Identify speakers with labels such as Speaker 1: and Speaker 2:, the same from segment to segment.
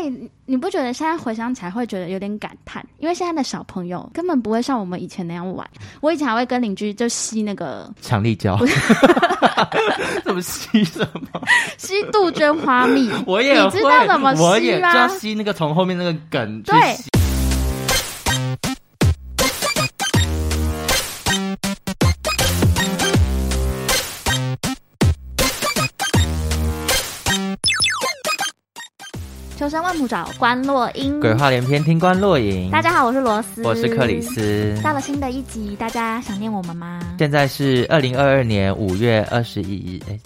Speaker 1: 你哎你不觉得现在回想起来会觉得有点感叹？因为现在的小朋友根本不会像我们以前那样玩。
Speaker 2: 嗯
Speaker 1: 我以前还会跟邻居就吸那个
Speaker 2: 强力 胶，怎么吸什么？
Speaker 1: 吸杜鹃花蜜，
Speaker 2: 我也
Speaker 1: 你
Speaker 2: 会，
Speaker 1: 知道怎么
Speaker 2: 我
Speaker 1: 吸
Speaker 2: 也就要
Speaker 1: 吗？
Speaker 2: 吸那个从后面那个梗去
Speaker 1: 对
Speaker 2: 吸。
Speaker 1: 求生万母爪，关落英。
Speaker 2: 鬼话连篇，听官落影。
Speaker 1: 大家好，我是罗斯，
Speaker 2: 嗯我是克里。斯。
Speaker 1: 到了新的一集，大家想念我们吗？
Speaker 2: 现在是二零二二年五月二十一，哎，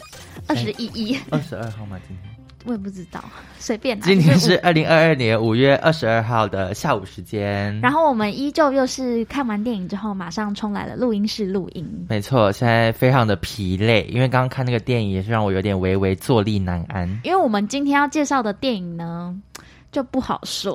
Speaker 1: 二十一一，
Speaker 2: 二十二号吗？今天，
Speaker 1: 我也不知道，随便啦。
Speaker 2: 今天
Speaker 1: 就是
Speaker 2: 是
Speaker 1: 五。
Speaker 2: 二零二二年五月二十二号的下午时间。
Speaker 1: 然后我们依旧又是看完电影之后，马上冲来了录音室录音。
Speaker 2: 没错，现在非常的疲累，因为刚刚看那个电影也是让我有点微微坐立难安。
Speaker 1: 因为我们今天要介绍的电影呢，就不好说，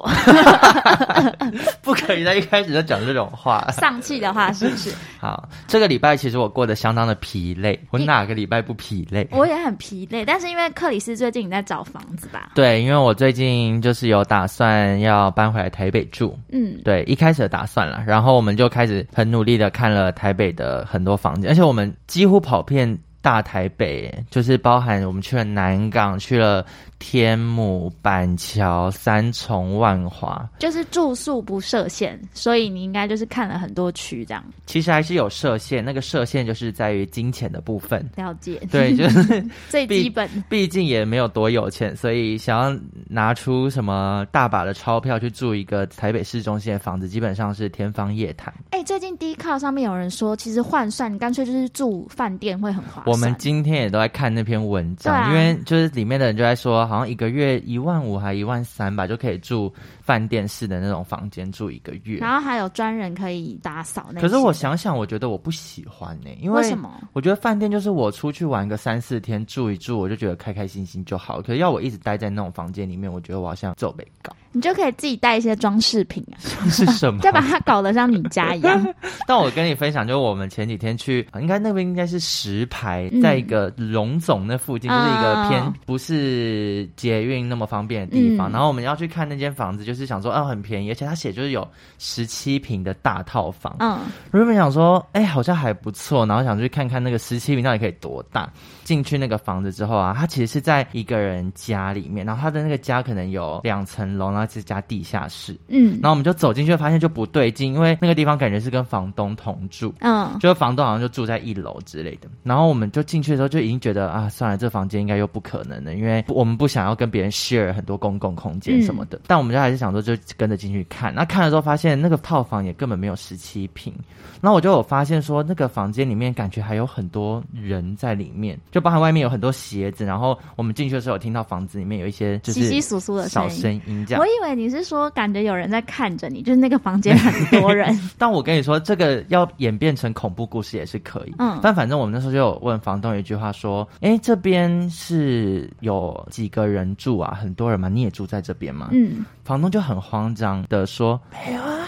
Speaker 2: 不可以在一开始就讲这种话。
Speaker 1: 丧气的话是不是？
Speaker 2: 好，这个礼拜其实我过得相当的疲累，我哪个礼拜不疲累？
Speaker 1: 我也很疲累，但是因为克里斯最近你在找房子吧？
Speaker 2: 对，因为我最近就是有打算要搬回来台北住，
Speaker 1: 嗯，
Speaker 2: 对，一开始的打算了，然后我们就开始很努力的看了台北的很多房间，而且我们几乎跑遍大台北，就是包含我们去了南港，去了天母、板桥、三重、万华，
Speaker 1: 就是住宿不设限，所以你应该就是看了很多区这样
Speaker 2: 其实还是有设限，那个设限就是在于金钱的部分。
Speaker 1: 了解。
Speaker 2: 对，就是
Speaker 1: 最基本
Speaker 2: 毕竟也没有多有钱，所以想要拿出什么大把的钞票去住一个台北市中心的房子，基本上是天方夜谭。
Speaker 1: 哎、最近 d 靠上面有人说，其实换算干脆就是住饭店会很划算。
Speaker 2: 我们今天也都在看那篇文章，
Speaker 1: 对啊
Speaker 2: 因为就是里面的人就在说，好像一个月一万五还一万三吧，就可以住饭店式的那种房间住一个月。
Speaker 1: 然后还有专人可以打扫那些。
Speaker 2: 可是我想想，我觉得我不喜欢呢、因
Speaker 1: 为
Speaker 2: 为
Speaker 1: 什么？
Speaker 2: 我觉得饭店就是我出去玩个三四天住一住，我就觉得开开心心就好。可是要我一直待在那种房间里面，我觉得我好像皱眉 高。
Speaker 1: 你就可以自己带一些装饰品 啊，
Speaker 2: 是什么？
Speaker 1: 再把它搞得像你家一 样。
Speaker 2: 但我跟你分享，就是我们前几天去，应该那边应该是石牌，
Speaker 1: 嗯啊
Speaker 2: 在一个龙总那附近，就是一个偏不是捷运那么方便的地方。
Speaker 1: 嗯
Speaker 2: 然后我们要去看那间房子，就是想说，啊，很便宜，而且它写就是有十七平的大套房。
Speaker 1: 嗯，
Speaker 2: 原本想说，哎、好像还不错，然后想去看看那个十七平到底可以多大。进去那个房子之后啊，它其实是在一个人家里面，然后他的那个家可能有两层楼，然后是加地下室。
Speaker 1: 嗯
Speaker 2: 然后我们就走进去，发现就不对劲，因为那个地方感觉是跟房东同住，
Speaker 1: 嗯，
Speaker 2: 就是房东好像就住在一楼之类的。然后我们就进去的时候就已经觉得啊，算了，这房间应该又不可能了，因为不我们不想要跟别人 share 很多公共空间什么
Speaker 1: 嗯
Speaker 2: 的。但我们就还是想说，就跟着进去看。那看了之后发现那个套房也根本没有十七平，然后我就有发现说，那个房间里面感觉还有很多人在里面，就包含外面有很多鞋子。然后我们进去的时候有听到房子里面有一些就是
Speaker 1: 稀稀疏疏的
Speaker 2: 小
Speaker 1: 声音。
Speaker 2: 声音这样
Speaker 1: 我。以为你是说感觉有人在看着你，就是那个房间很多人。
Speaker 2: 但我跟你说，这个要演变成恐怖故事也是可以。
Speaker 1: 嗯
Speaker 2: 但反正我们那时候就有问房东一句话说：“哎，这边是有几个人住啊？很多人吗？你也住在这边吗？”
Speaker 1: 嗯，
Speaker 2: 房东就很慌张的说：“没有啊，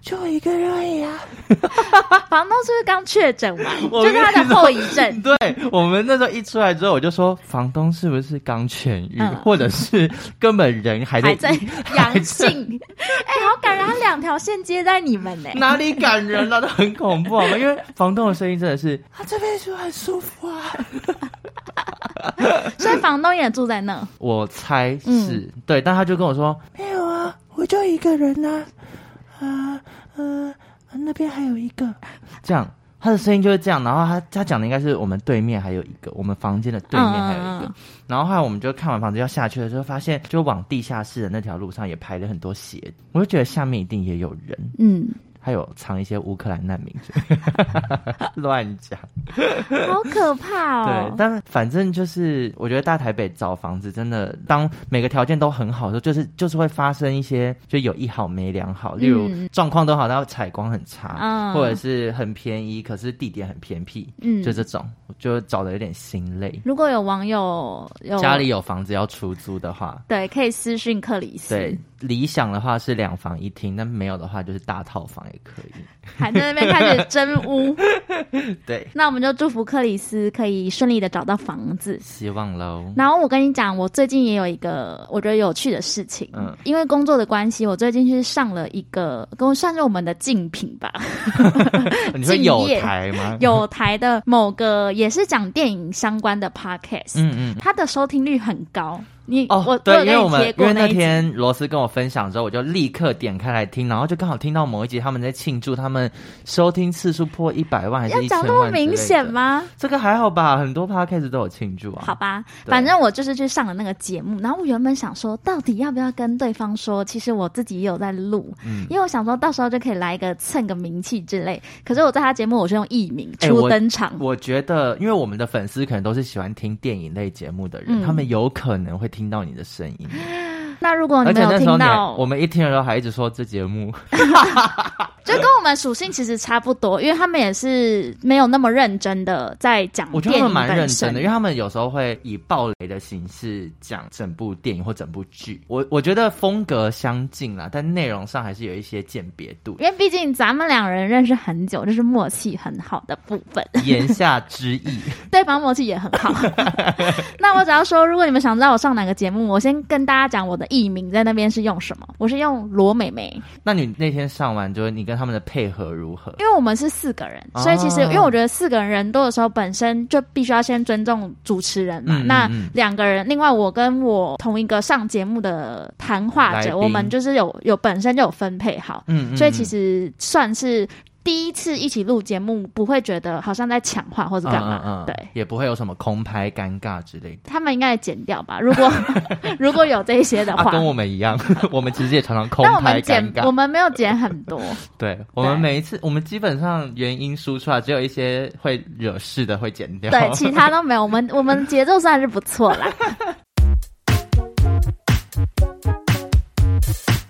Speaker 2: 就一个人而已啊。
Speaker 1: 房东是不是刚确诊完？
Speaker 2: 我
Speaker 1: 就是他
Speaker 2: 跟你
Speaker 1: 的
Speaker 2: 说
Speaker 1: 后遗症。
Speaker 2: 对”我们那时候一出来之后，我就说：“房东是不是刚痊愈，
Speaker 1: 嗯
Speaker 2: 或者是根本人还在
Speaker 1: 还在 阳性，哎、好感人，他两条线接在你 们呢、
Speaker 2: 哪里感人啊了、都很恐怖好吗？因为房东的声音真的是， 他这边是很舒服啊。
Speaker 1: 所以房东也住在那。
Speaker 2: 我猜是、对，但他就跟我说嗯没有啊，我就一个人啊，啊呃，那边还有一个，这样他的声音就是这样，然后他他讲的应该是我们对面还有一个，我们房间的对面还有一个，
Speaker 1: 嗯嗯嗯
Speaker 2: 然后后来我们就看完房子要下去的时候，发现就往地下室的那条路上也排了很多鞋，我就觉得下面一定也有人，
Speaker 1: 嗯，
Speaker 2: 还有藏一些乌克兰难民， 乱讲。
Speaker 1: 好可怕
Speaker 2: 对
Speaker 1: 哦，。
Speaker 2: 但反正就是，我觉得大台北找房子真的，当每个条件都很好的时候，就是就是会发生一些就有一好没两好，例如
Speaker 1: 嗯
Speaker 2: 状况都好，但采光很差，
Speaker 1: 嗯
Speaker 2: 或者是很便宜，可是地点很偏僻，
Speaker 1: 嗯
Speaker 2: 就这种，我就找的有点心累。
Speaker 1: 如果有网友有
Speaker 2: 家里有房子要出租的话。
Speaker 1: 对，可以私讯克里斯，
Speaker 2: 对，理想的话是两房一厅，但 没有的话就是大套房也可以。
Speaker 1: 还在那边开始真屋。
Speaker 2: 对，
Speaker 1: 那我我们就祝福克里斯可以顺利的找到房子。
Speaker 2: 希望喽。
Speaker 1: 然后我跟你讲，我最近也有一个我觉得有趣的事情，
Speaker 2: 嗯
Speaker 1: 因为工作的关系，我最近去上了一个，跟我算是我们的竞品吧，
Speaker 2: 嗯你说
Speaker 1: 敬
Speaker 2: 有
Speaker 1: 业
Speaker 2: 台吗？
Speaker 1: 有台的某个也是讲电影相关的 podcast，、
Speaker 2: 嗯嗯。
Speaker 1: 它的收听率很高。你、
Speaker 2: 哦，
Speaker 1: 我
Speaker 2: 对，
Speaker 1: 有
Speaker 2: 因为我
Speaker 1: 跟你
Speaker 2: 们
Speaker 1: 贴
Speaker 2: 因
Speaker 1: 过
Speaker 2: 为那
Speaker 1: 一集
Speaker 2: 天罗斯跟我分享之后，我就立刻点开来听，然后就刚好听到某一集他们在庆祝他们收听次数破一百万还
Speaker 1: 要
Speaker 2: 是一千
Speaker 1: 讲
Speaker 2: 万
Speaker 1: 那么
Speaker 2: 之类
Speaker 1: 明
Speaker 2: 的
Speaker 1: 显？吗？
Speaker 2: 这个还好吧，很多 podcast 都有庆祝啊。
Speaker 1: 好，吧，
Speaker 2: 对
Speaker 1: 反正我就是去上了那个节目，然后我原本想说，到底要不要跟对方说，其实我自己也有在录，
Speaker 2: 嗯
Speaker 1: 因为我想说到时候就可以来一个蹭个名气之类。可是我在他节目我是用艺名
Speaker 2: 哎
Speaker 1: 初
Speaker 2: 我
Speaker 1: 登场，
Speaker 2: 我觉得，因为我们的粉丝可能都是喜欢听电影类节目的人，
Speaker 1: 嗯
Speaker 2: 他们有可能会听到你的声音。
Speaker 1: 那如果你
Speaker 2: 而
Speaker 1: 哦没
Speaker 2: 且
Speaker 1: 有
Speaker 2: 那时候
Speaker 1: 听
Speaker 2: 你还
Speaker 1: 到，
Speaker 2: 我们一听的时候还一直说这节目，
Speaker 1: 就跟我们属性其实差不多，因为他们也是没有那么认真的在讲
Speaker 2: 我觉得
Speaker 1: 嗯电
Speaker 2: 他们
Speaker 1: 影
Speaker 2: 蛮认
Speaker 1: 本
Speaker 2: 真
Speaker 1: 身
Speaker 2: 的，因为他们有时候会以暴雷的形式讲整部电影或整部剧。我我觉得风格相近啦，但内容上还是有一些鉴别度。
Speaker 1: 因为毕竟咱们两人认识很久，这是默契很好的部分。
Speaker 2: 言下之意，
Speaker 1: 对方默契也很好。 那我只要说，如果你们想知道我上哪个节目，我先跟大家讲我的艺名在那边是用什么。我是用罗美美，
Speaker 2: 那你那天上完之后，你跟他们的配合如何？
Speaker 1: 因为我们是四个人，所以其实
Speaker 2: 哦
Speaker 1: 因为我觉得四个人人多的时候，本身就必须要先尊重主持人嘛。
Speaker 2: 嗯嗯
Speaker 1: 那
Speaker 2: 嗯
Speaker 1: 两个人，另外我跟我同一个上节目的谈话
Speaker 2: 来宾
Speaker 1: 者，我们就是有有本身就有分配好，
Speaker 2: 嗯
Speaker 1: 所以其实算是。第一次一起录节目，不会觉得好像在抢话或
Speaker 2: 是
Speaker 1: 者干嘛，对，
Speaker 2: 嗯也不会有什么空拍、尴尬之类的。
Speaker 1: 他们应该也剪掉吧？如果 如果有这一些的
Speaker 2: 啊，
Speaker 1: 话，
Speaker 2: 跟我们一 样，我们其实也常常空
Speaker 1: 但我
Speaker 2: 拍
Speaker 1: 们
Speaker 2: 尴
Speaker 1: 剪
Speaker 2: 尬。
Speaker 1: 我们没有剪很 多，
Speaker 2: 对，我们
Speaker 1: 对
Speaker 2: 每一次，我们基本上原因输出来，啊只有一些会惹事的会剪掉。
Speaker 1: 对，其他都没有。我们我们节奏算是不错 啦。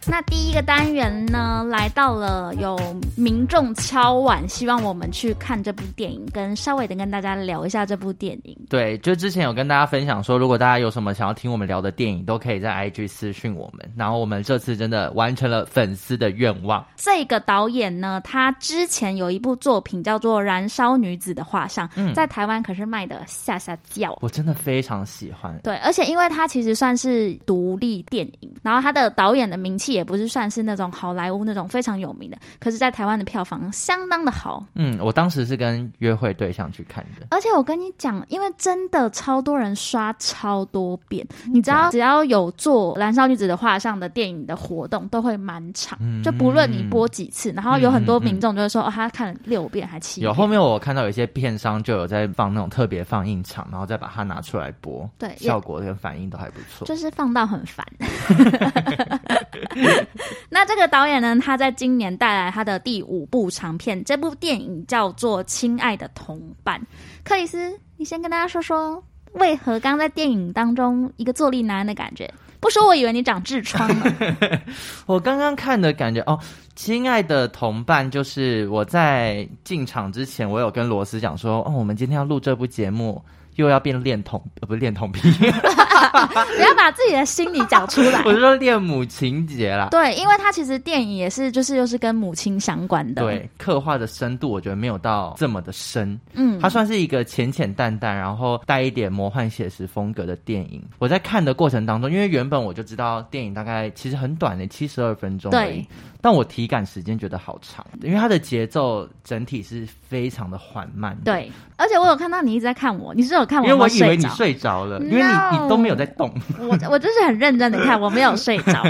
Speaker 1: 那第一个单元呢，来到了有民众敲碗，希望我们去看这部电影，跟稍微的跟大家聊一下这部电影。
Speaker 2: 对，就之前有跟大家分享说，如果大家有什么想要听我们聊的电影，都可以在 IG 私讯我们。然后我们这次真的完成了粉丝的愿望，
Speaker 1: 这个导演呢，他之前有一部作品叫做《燃烧女子的画像》，
Speaker 2: 嗯
Speaker 1: 在台湾可是卖的下下叫。啊
Speaker 2: 我真的非常喜欢。
Speaker 1: 对，而且因为它其实算是独立电影，然后它的导演的名气也不是算是那种好莱坞那种非常有名的，可是，在台湾的票房相当的好。
Speaker 2: 嗯，我当时是跟约会对象去看的。
Speaker 1: 而且我跟你讲，因为真的超多人刷超多遍，你知道，只要有做《燃烧女子的画像》的电影的活动，都会满场，就不论
Speaker 2: 嗯
Speaker 1: 你播几次，然后有很多民众就会说，哦，他看了六遍还七
Speaker 2: 有
Speaker 1: 遍，
Speaker 2: 后面我看到有一些片商就有在放那种特别放映场，然后再把它拿出来播，
Speaker 1: 对也
Speaker 2: 效果跟反应都还不错。
Speaker 1: 就是放到很烦。 那这个导演呢，他在今年带来他的第五部长片，这部电影叫做《亲爱的同伴》。克里斯，你先跟大家说说，为何刚在电影当中一个坐立难安的感觉？不说，我以为你长痔疮 了。
Speaker 2: 我刚刚看的感觉哦，亲爱的同伴，就是我在进场之前，我有跟罗斯讲说，哦，我们今天要录这部节目，又要变恋童，呃，不是恋童癖，
Speaker 1: 不要把自己的心里讲出来
Speaker 2: 我。是说恋母情节 啦。
Speaker 1: 对，因为他其实电影也是，就是又是跟母亲相关的。，
Speaker 2: 对，刻画的深度我觉得没有到这么的深，
Speaker 1: 嗯，
Speaker 2: 它算是一个浅浅淡淡，然后带一点魔幻写实风格的电影。我在看的过程当中，因为原本我就知道电影大概其实很短的，七十二分钟而已
Speaker 1: 对，
Speaker 2: 但我体感时间觉得好长，因为它的节奏整体是非常的缓慢的。
Speaker 1: 对，而且我有看到你一直在看我，你是有看
Speaker 2: 因
Speaker 1: 我
Speaker 2: 为
Speaker 1: 有没
Speaker 2: 我
Speaker 1: 有
Speaker 2: 以为
Speaker 1: 睡
Speaker 2: 你
Speaker 1: 着？
Speaker 2: 睡着了，因为你
Speaker 1: No
Speaker 2: 你都没有在动。
Speaker 1: 我我就是很认真的看，我没有睡着。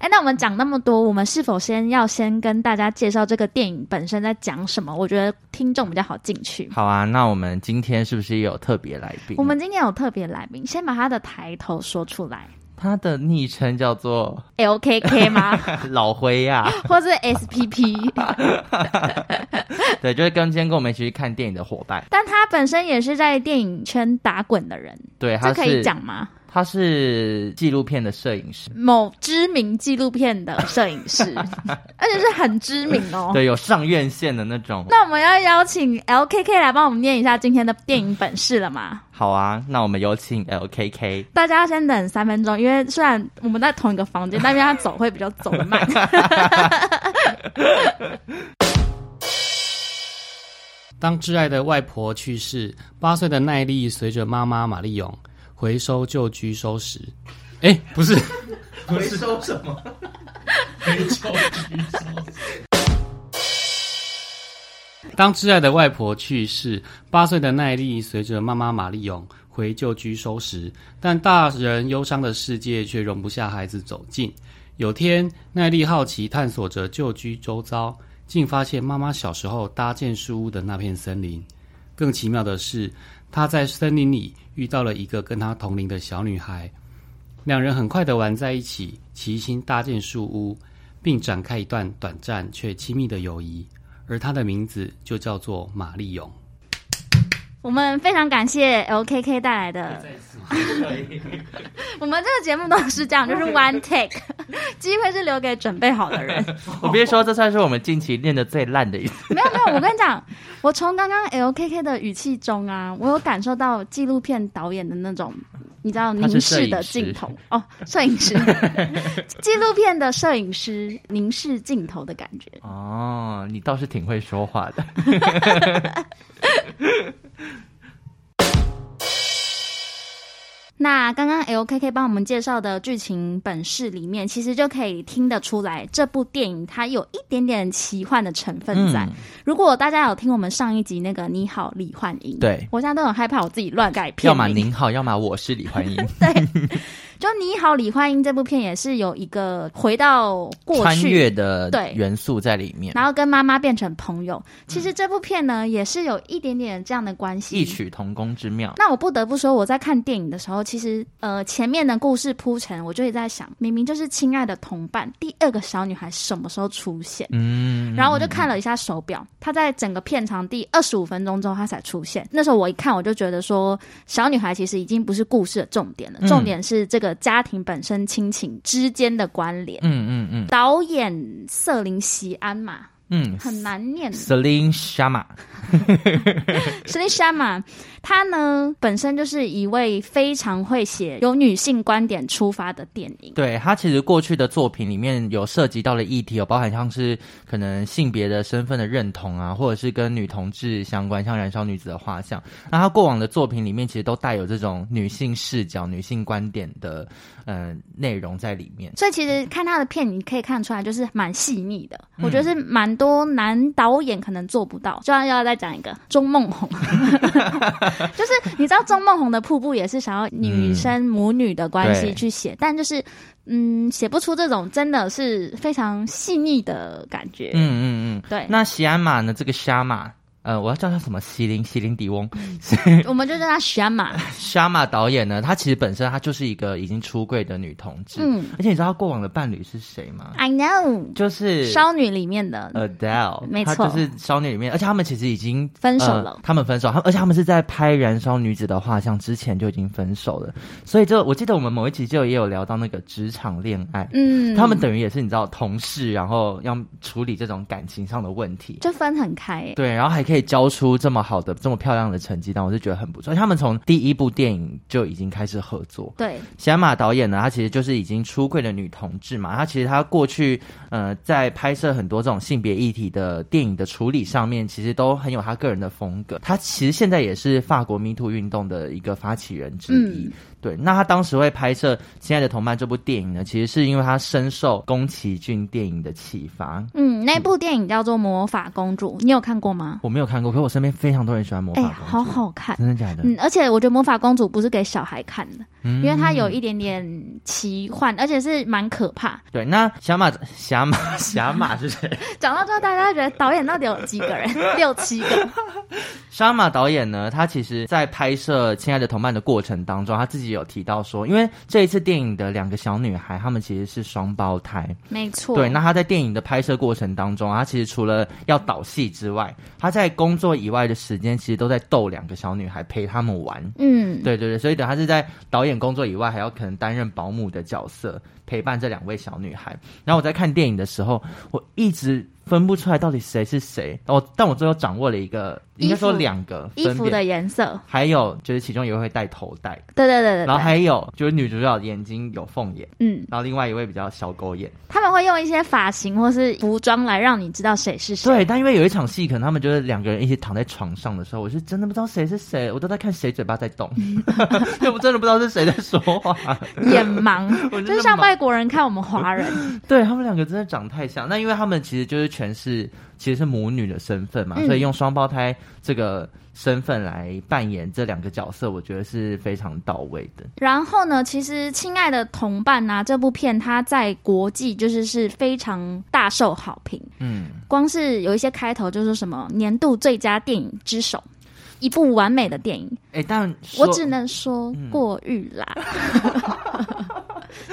Speaker 1: 哎，那我们讲那么多，我们是否先要先跟大家介绍这个电影本身在讲什么？我觉得听众比较好进去。
Speaker 2: 好啊，那我们今天是不是也有特别来宾？
Speaker 1: 我们今天有特别来宾，先把他的抬头说出来
Speaker 2: 他的昵称叫做
Speaker 1: ，LKK 吗？
Speaker 2: 老灰啊呀、
Speaker 1: 或是 SPP？
Speaker 2: 对，就是跟今天跟我们一起去看电影的伙伴。
Speaker 1: 但他本身也是在电影圈打滚的人，
Speaker 2: 对，
Speaker 1: 这
Speaker 2: 他
Speaker 1: 可以
Speaker 2: 是
Speaker 1: 讲吗？
Speaker 2: 他是纪录片的摄影师，
Speaker 1: 某知名纪录片的摄影师， 而且是很知名哦。
Speaker 2: 对，有上院线的那种。
Speaker 1: 那我们要邀请 LKK 来帮我们念一下今天的电影本事了吗？
Speaker 2: 好啊，那我们有请 LKK。
Speaker 1: 大家要先等三分钟，因为虽然我们在同一个房间，但因为他走会比较走得慢。
Speaker 3: 当挚爱的外婆去世，八岁的耐力随着妈妈玛丽勇回收旧居收拾。哎，不是，
Speaker 2: 回收什 么？
Speaker 3: 当挚爱的外婆去世，八岁的耐力随着妈妈玛丽勇回旧居收拾，但大人忧伤的世界却容不下孩子走近。有天，耐力好奇探索着旧居周遭，竟发现妈妈小时候搭建书屋的那片森林。更奇妙的是，他在森林里遇到了一个跟他同龄的小女孩，两人很快的玩在一起，齐心搭建树屋，并展开一段短暂却亲密的友谊。而她的名字就叫做玛丽勇。
Speaker 4: 我们非常感谢 LKK 带来的。 我们这个节目都是这样， 就是 one take，机 会是留给准备好的 人。
Speaker 2: 我必须说，这算是我们近期练的最烂的一次。
Speaker 4: 没有没有，我跟你讲，我从刚刚 LKK 的语气中啊，我有感受到纪录片导演的那种，你知道
Speaker 2: 他是
Speaker 4: 凝视的
Speaker 2: 摄影
Speaker 4: 镜
Speaker 2: 师
Speaker 4: 头哦，摄影师，纪录片的摄影 师凝视镜头的感觉。
Speaker 2: 哦，你倒是挺会说话的。
Speaker 4: 那刚刚 LKK 帮我们介绍的剧情本事里面，其实就可以听得出来，这部电影它有一点点奇幻的成分在。
Speaker 2: 嗯
Speaker 4: 如果大家有听我们上一集那个《你好，李焕英》，
Speaker 2: 对
Speaker 4: 我现在都很害怕我自己乱改片
Speaker 2: 要么
Speaker 4: 名
Speaker 2: 您好，要么我是李焕英。
Speaker 4: 就《你好，李焕英》这部片也是有一个回到过
Speaker 2: 穿
Speaker 4: 去，
Speaker 2: 越的
Speaker 4: 对
Speaker 2: 元素在里面，
Speaker 4: 然后跟妈妈变成朋友。其实这部片呢，也是有一点点这样的关系。
Speaker 2: 嗯异曲同工之妙。
Speaker 4: 那我不得不说，我在看电影的时候，其实呃前面的故事铺陈，我就一直在想，明明就是《亲爱的同伴》第二个小女孩什么时候出现？
Speaker 2: 嗯，
Speaker 4: 然后我就看了一下手表，她在整个片长第二十五分钟之后她才出现。那时候我一看，我就觉得说，小女孩其实已经不是故事的重点了，
Speaker 2: 嗯
Speaker 4: 重点是这个家庭本身亲情之间的关联。
Speaker 2: 嗯嗯嗯
Speaker 4: 导演瑟林席安嘛，
Speaker 2: 嗯
Speaker 4: 很难念
Speaker 2: ，Celine Shama，
Speaker 4: s h i s h a m a 他呢本身就是一位非常会写由女性观点出发的电影。
Speaker 2: 对他其实过去的作品里面有涉及到的议题，有哦包含像是可能性别的身份的认同啊，或者是跟女同志相关，像《燃烧女子的画像》。那他过往的作品里面其实都带有这种女性视角、女性观点的呃内容在里面。
Speaker 4: 所以其实看他的片，你可以看出来，就是蛮细腻的。
Speaker 2: 嗯
Speaker 4: 我觉得是蛮多男导演可能做不到。就要要再讲一个钟梦 红，就是你知道钟梦红的《瀑布》也是想要女生母女的关系
Speaker 2: 对
Speaker 4: 去写，但就是嗯，写不出这种真的是非常细腻的感觉。
Speaker 2: 嗯嗯嗯。
Speaker 4: 对，
Speaker 2: 那喜安玛呢？这个沙玛，呃，我要叫他什么？席琳，席琳迪翁，
Speaker 4: 我们就叫他徐安玛。
Speaker 2: 沙玛导演呢？他其实本身他就是一个已经出柜的女同志，
Speaker 4: 嗯
Speaker 2: 而且你知道他过往的伴侣是谁吗？
Speaker 4: I know。
Speaker 2: 就是
Speaker 4: 少女里面的，
Speaker 2: Adele，
Speaker 4: 没
Speaker 2: 她
Speaker 4: 错
Speaker 2: 就是少女里面，而且他们其实已经
Speaker 4: 分手
Speaker 2: 呃
Speaker 4: 了
Speaker 2: 他们分手，他们而且他们是在拍《燃烧女子的画像》之前就已经分手了，所以就我记得我们某一集就也有聊到那个职场恋爱，
Speaker 4: 嗯，
Speaker 2: 他们等于也是你知道同事，然后要处理这种感情上的问题，
Speaker 4: 就分很开、欸。
Speaker 2: 对，然后还可以交出这么好的、这么漂亮的成绩单，我就觉得很不错。而且他们从第一部电影就已经开始合作。
Speaker 4: 对，
Speaker 2: 小马导演呢，她其实就是已经出柜的女同志嘛。她其实她过去呃，在拍摄很多这种性别议题的电影的处理上面，其实都很有她个人的风格。她其实现在也是法国 Me Too 运动的一个发起人之一。
Speaker 4: 嗯
Speaker 2: 对，那她当时会拍摄《亲爱的同伴》这部电影呢，其实是因为她深受宫崎骏电影的启发。
Speaker 4: 嗯，那部电影叫做《魔法公主》，你有看过吗？
Speaker 2: 我没有看过，可我身边非常多人喜欢魔法
Speaker 4: 哎、
Speaker 2: 公主。
Speaker 4: 好好看。
Speaker 2: 真的假的？
Speaker 4: 嗯，而且我觉得《魔法公主》不是给小孩看的，
Speaker 2: 嗯
Speaker 4: 因为它有一点点奇幻，而且是蛮可 怕。
Speaker 2: 对，那小马小马小马是谁？
Speaker 4: 讲到之后，大家觉得导演到底有几个 人？六七个。
Speaker 2: 小马导演呢？他其实在拍摄《亲爱的同伴》的过程当中，他自己有提到说，因为这一次电影的两个小女孩，她们其实是双胞胎。
Speaker 4: 没错。
Speaker 2: 对，那他在电影的拍摄过程当中，他其实除了要导戏之外，他在工作以外的时间，其实都在逗两个小女孩，陪她们玩。
Speaker 4: 嗯，
Speaker 2: 对对对，所以等他是在导演工作以外，还要可能担任保姆的角色，陪伴这两位小女孩。然后我在看电影的时候，我一直分不出来到底谁是谁。哦，但我最后掌握了一个，应该说两个
Speaker 1: 衣
Speaker 2: 分
Speaker 1: 服的
Speaker 2: 别，
Speaker 1: 颜色，
Speaker 2: 还有就是其中一位会戴头带，
Speaker 1: 对对对对
Speaker 2: 然后
Speaker 1: 对，
Speaker 2: 还有就是女主角眼睛有凤眼，
Speaker 1: 嗯，
Speaker 2: 然后另外一位比较小狗眼。
Speaker 1: 他们会用一些发型或是服装来让你知道谁是谁。
Speaker 2: 对，但因为有一场戏，可能他们就是两个人一起躺在床上的时候，我是真的不知道谁是谁，我都在看谁嘴巴在动， 因为我真的不知道是谁在说话。
Speaker 1: 眼盲
Speaker 2: 我真的，
Speaker 1: 就是像
Speaker 2: 盲
Speaker 1: 外国人看我们华人，
Speaker 2: 对他们两个真的长太像，那因为他们其实就是全是其实是母女的身份嘛，
Speaker 1: 嗯
Speaker 2: 所以用双胞胎这个身份来扮演这两个角色，我觉得是非常到位的。
Speaker 1: 然后呢，其实《亲爱的同伴、呐，这部片它在国际就是是非常大受好评，
Speaker 2: 嗯，
Speaker 1: 光是有一些开头就说什么年度最佳电影之首，一部完美的电影，
Speaker 2: 哎、但说
Speaker 1: 我
Speaker 2: 嗯
Speaker 1: 只能说过誉啦，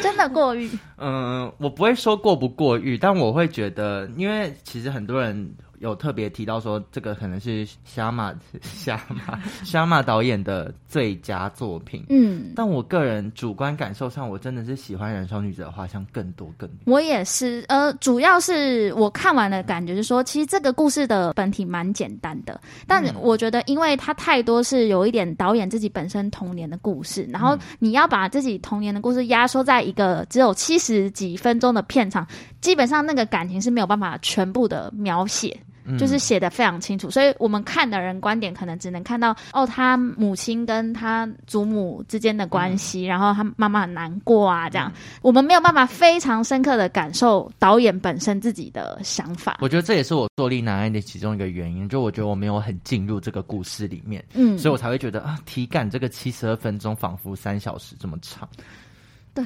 Speaker 1: 真的过誉。
Speaker 2: 嗯，我不会说过不过誉，但我会觉得，因为其实很多人有特别提到说，这个可能是 虾马虾马虾马导演的最佳作品。
Speaker 1: 嗯，
Speaker 2: 但我个人主观感受上，我真的是喜欢《燃烧女子的画像》更多更多。
Speaker 1: 我也是，呃，主要是我看完的感觉是说，其实这个故事的本体蛮简单的，但我觉得因为它太多是有一点导演自己本身童年的故事，然后你要把自己童年的故事压缩在一个只有七十几分钟的片场，基本上那个感情是没有办法全部的描写。
Speaker 2: 嗯
Speaker 1: 就是写的非常清楚，所以我们看的人观点可能只能看到哦，他母亲跟他祖母之间的关系，
Speaker 2: 嗯
Speaker 1: 然后他妈妈很难过啊，这样、我们没有办法非常深刻的感受导演本身自己的想法。
Speaker 2: 我觉得这也是我坐立难安的其中一个原因，就我觉得我没有很进入这个故事里面，
Speaker 1: 嗯，
Speaker 2: 所以我才会觉得啊，体感这个七十二分钟仿佛三小时这么长。
Speaker 1: 对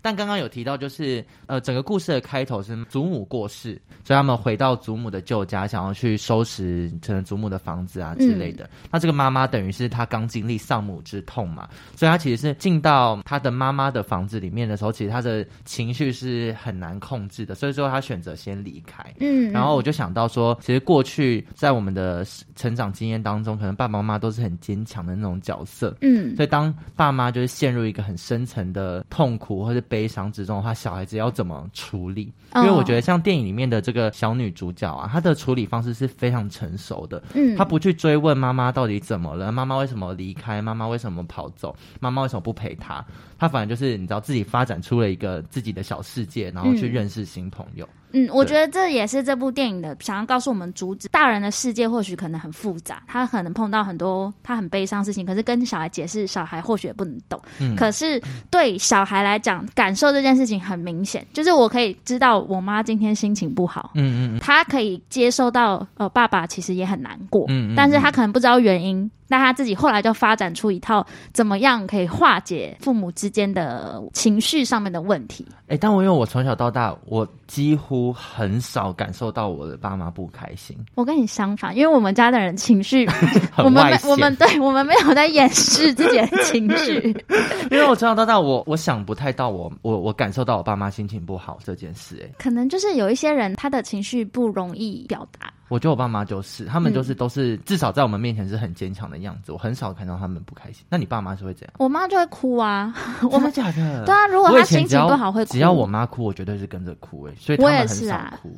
Speaker 2: 但刚刚有提到，就是呃，整个故事的开头是祖母过世，所以他们回到祖母的旧家，想要去收拾可能祖母的房子啊之类
Speaker 1: 嗯
Speaker 2: 的。那这个妈妈等于是她刚经历丧母之痛嘛，所以她其实是进到她的妈妈的房子里面的时候，其实她的情绪是很难控制的，所以说她选择先离开。
Speaker 1: 嗯，
Speaker 2: 然后我就想到说，其实过去在我们的成长经验当中，可能爸爸妈妈都是很坚强的那种角色，
Speaker 1: 嗯，
Speaker 2: 所以当爸妈就是陷入一个很深层的痛苦或是悲伤之中的话，小孩子要怎么处理？因为我觉
Speaker 1: 得
Speaker 2: 得像电影里面的这个小女主角啊，她的处理方式是非常成熟的，
Speaker 1: 嗯，
Speaker 2: 她不去追问妈妈到底怎么了，妈妈为什么离开，妈妈为什么跑走，妈妈为什么不陪她，她反而就是你知道自己发展出了一个自己的小世界，然后去
Speaker 1: 嗯
Speaker 2: 认识新朋友。
Speaker 1: 嗯，我
Speaker 2: 对
Speaker 1: 觉得这也是这部电影的想要告诉我们主旨。大人的世界或许可能很复杂，他可能碰到很多他很悲伤的事情，可是跟小孩解释，小孩或许也不能懂。
Speaker 2: 嗯
Speaker 1: 可是对小孩来讲，感受这件事情很明显，就是我可以知道我妈今天心情不好，
Speaker 2: 嗯嗯嗯
Speaker 1: 他可以接受到呃爸爸其实也很难过，
Speaker 2: 嗯嗯
Speaker 1: 但是他可能不知道原因。那他自己后来就发展出一套怎么样可以化解父母之间的情绪上面的问题。
Speaker 2: 哎、但我因为我从小到大，我几乎很少感受到我的爸妈不开心，
Speaker 1: 我跟你相反，因为我们家的人情绪
Speaker 2: 很
Speaker 1: 我们
Speaker 2: 外
Speaker 1: 没
Speaker 2: 显
Speaker 1: 我们对我们没有在掩饰自己的情绪。
Speaker 2: 因为我从小到大，我我想不太到我我我感受到我爸妈心情不好这件事、哎，
Speaker 1: 可能就是有一些人他的情绪不容易表达。
Speaker 2: 我觉得我爸妈就是，他们
Speaker 1: 嗯
Speaker 2: 就是都是、至少在我们面前是很坚强的样子，我很少看到他们不开心。那你爸妈是会怎样？
Speaker 1: 我妈就会哭啊，我
Speaker 2: 真
Speaker 1: 们
Speaker 2: 的假的？
Speaker 1: 对啊如果
Speaker 2: 我以
Speaker 1: 她
Speaker 2: 前
Speaker 1: 心
Speaker 2: 只
Speaker 1: 情
Speaker 2: 要
Speaker 1: 不好会哭
Speaker 2: 只要我妈哭，我绝对是跟着哭、哎，所以他
Speaker 1: 我
Speaker 2: 们
Speaker 1: 也
Speaker 2: 很
Speaker 1: 是
Speaker 2: 少
Speaker 1: 啊
Speaker 2: 哭，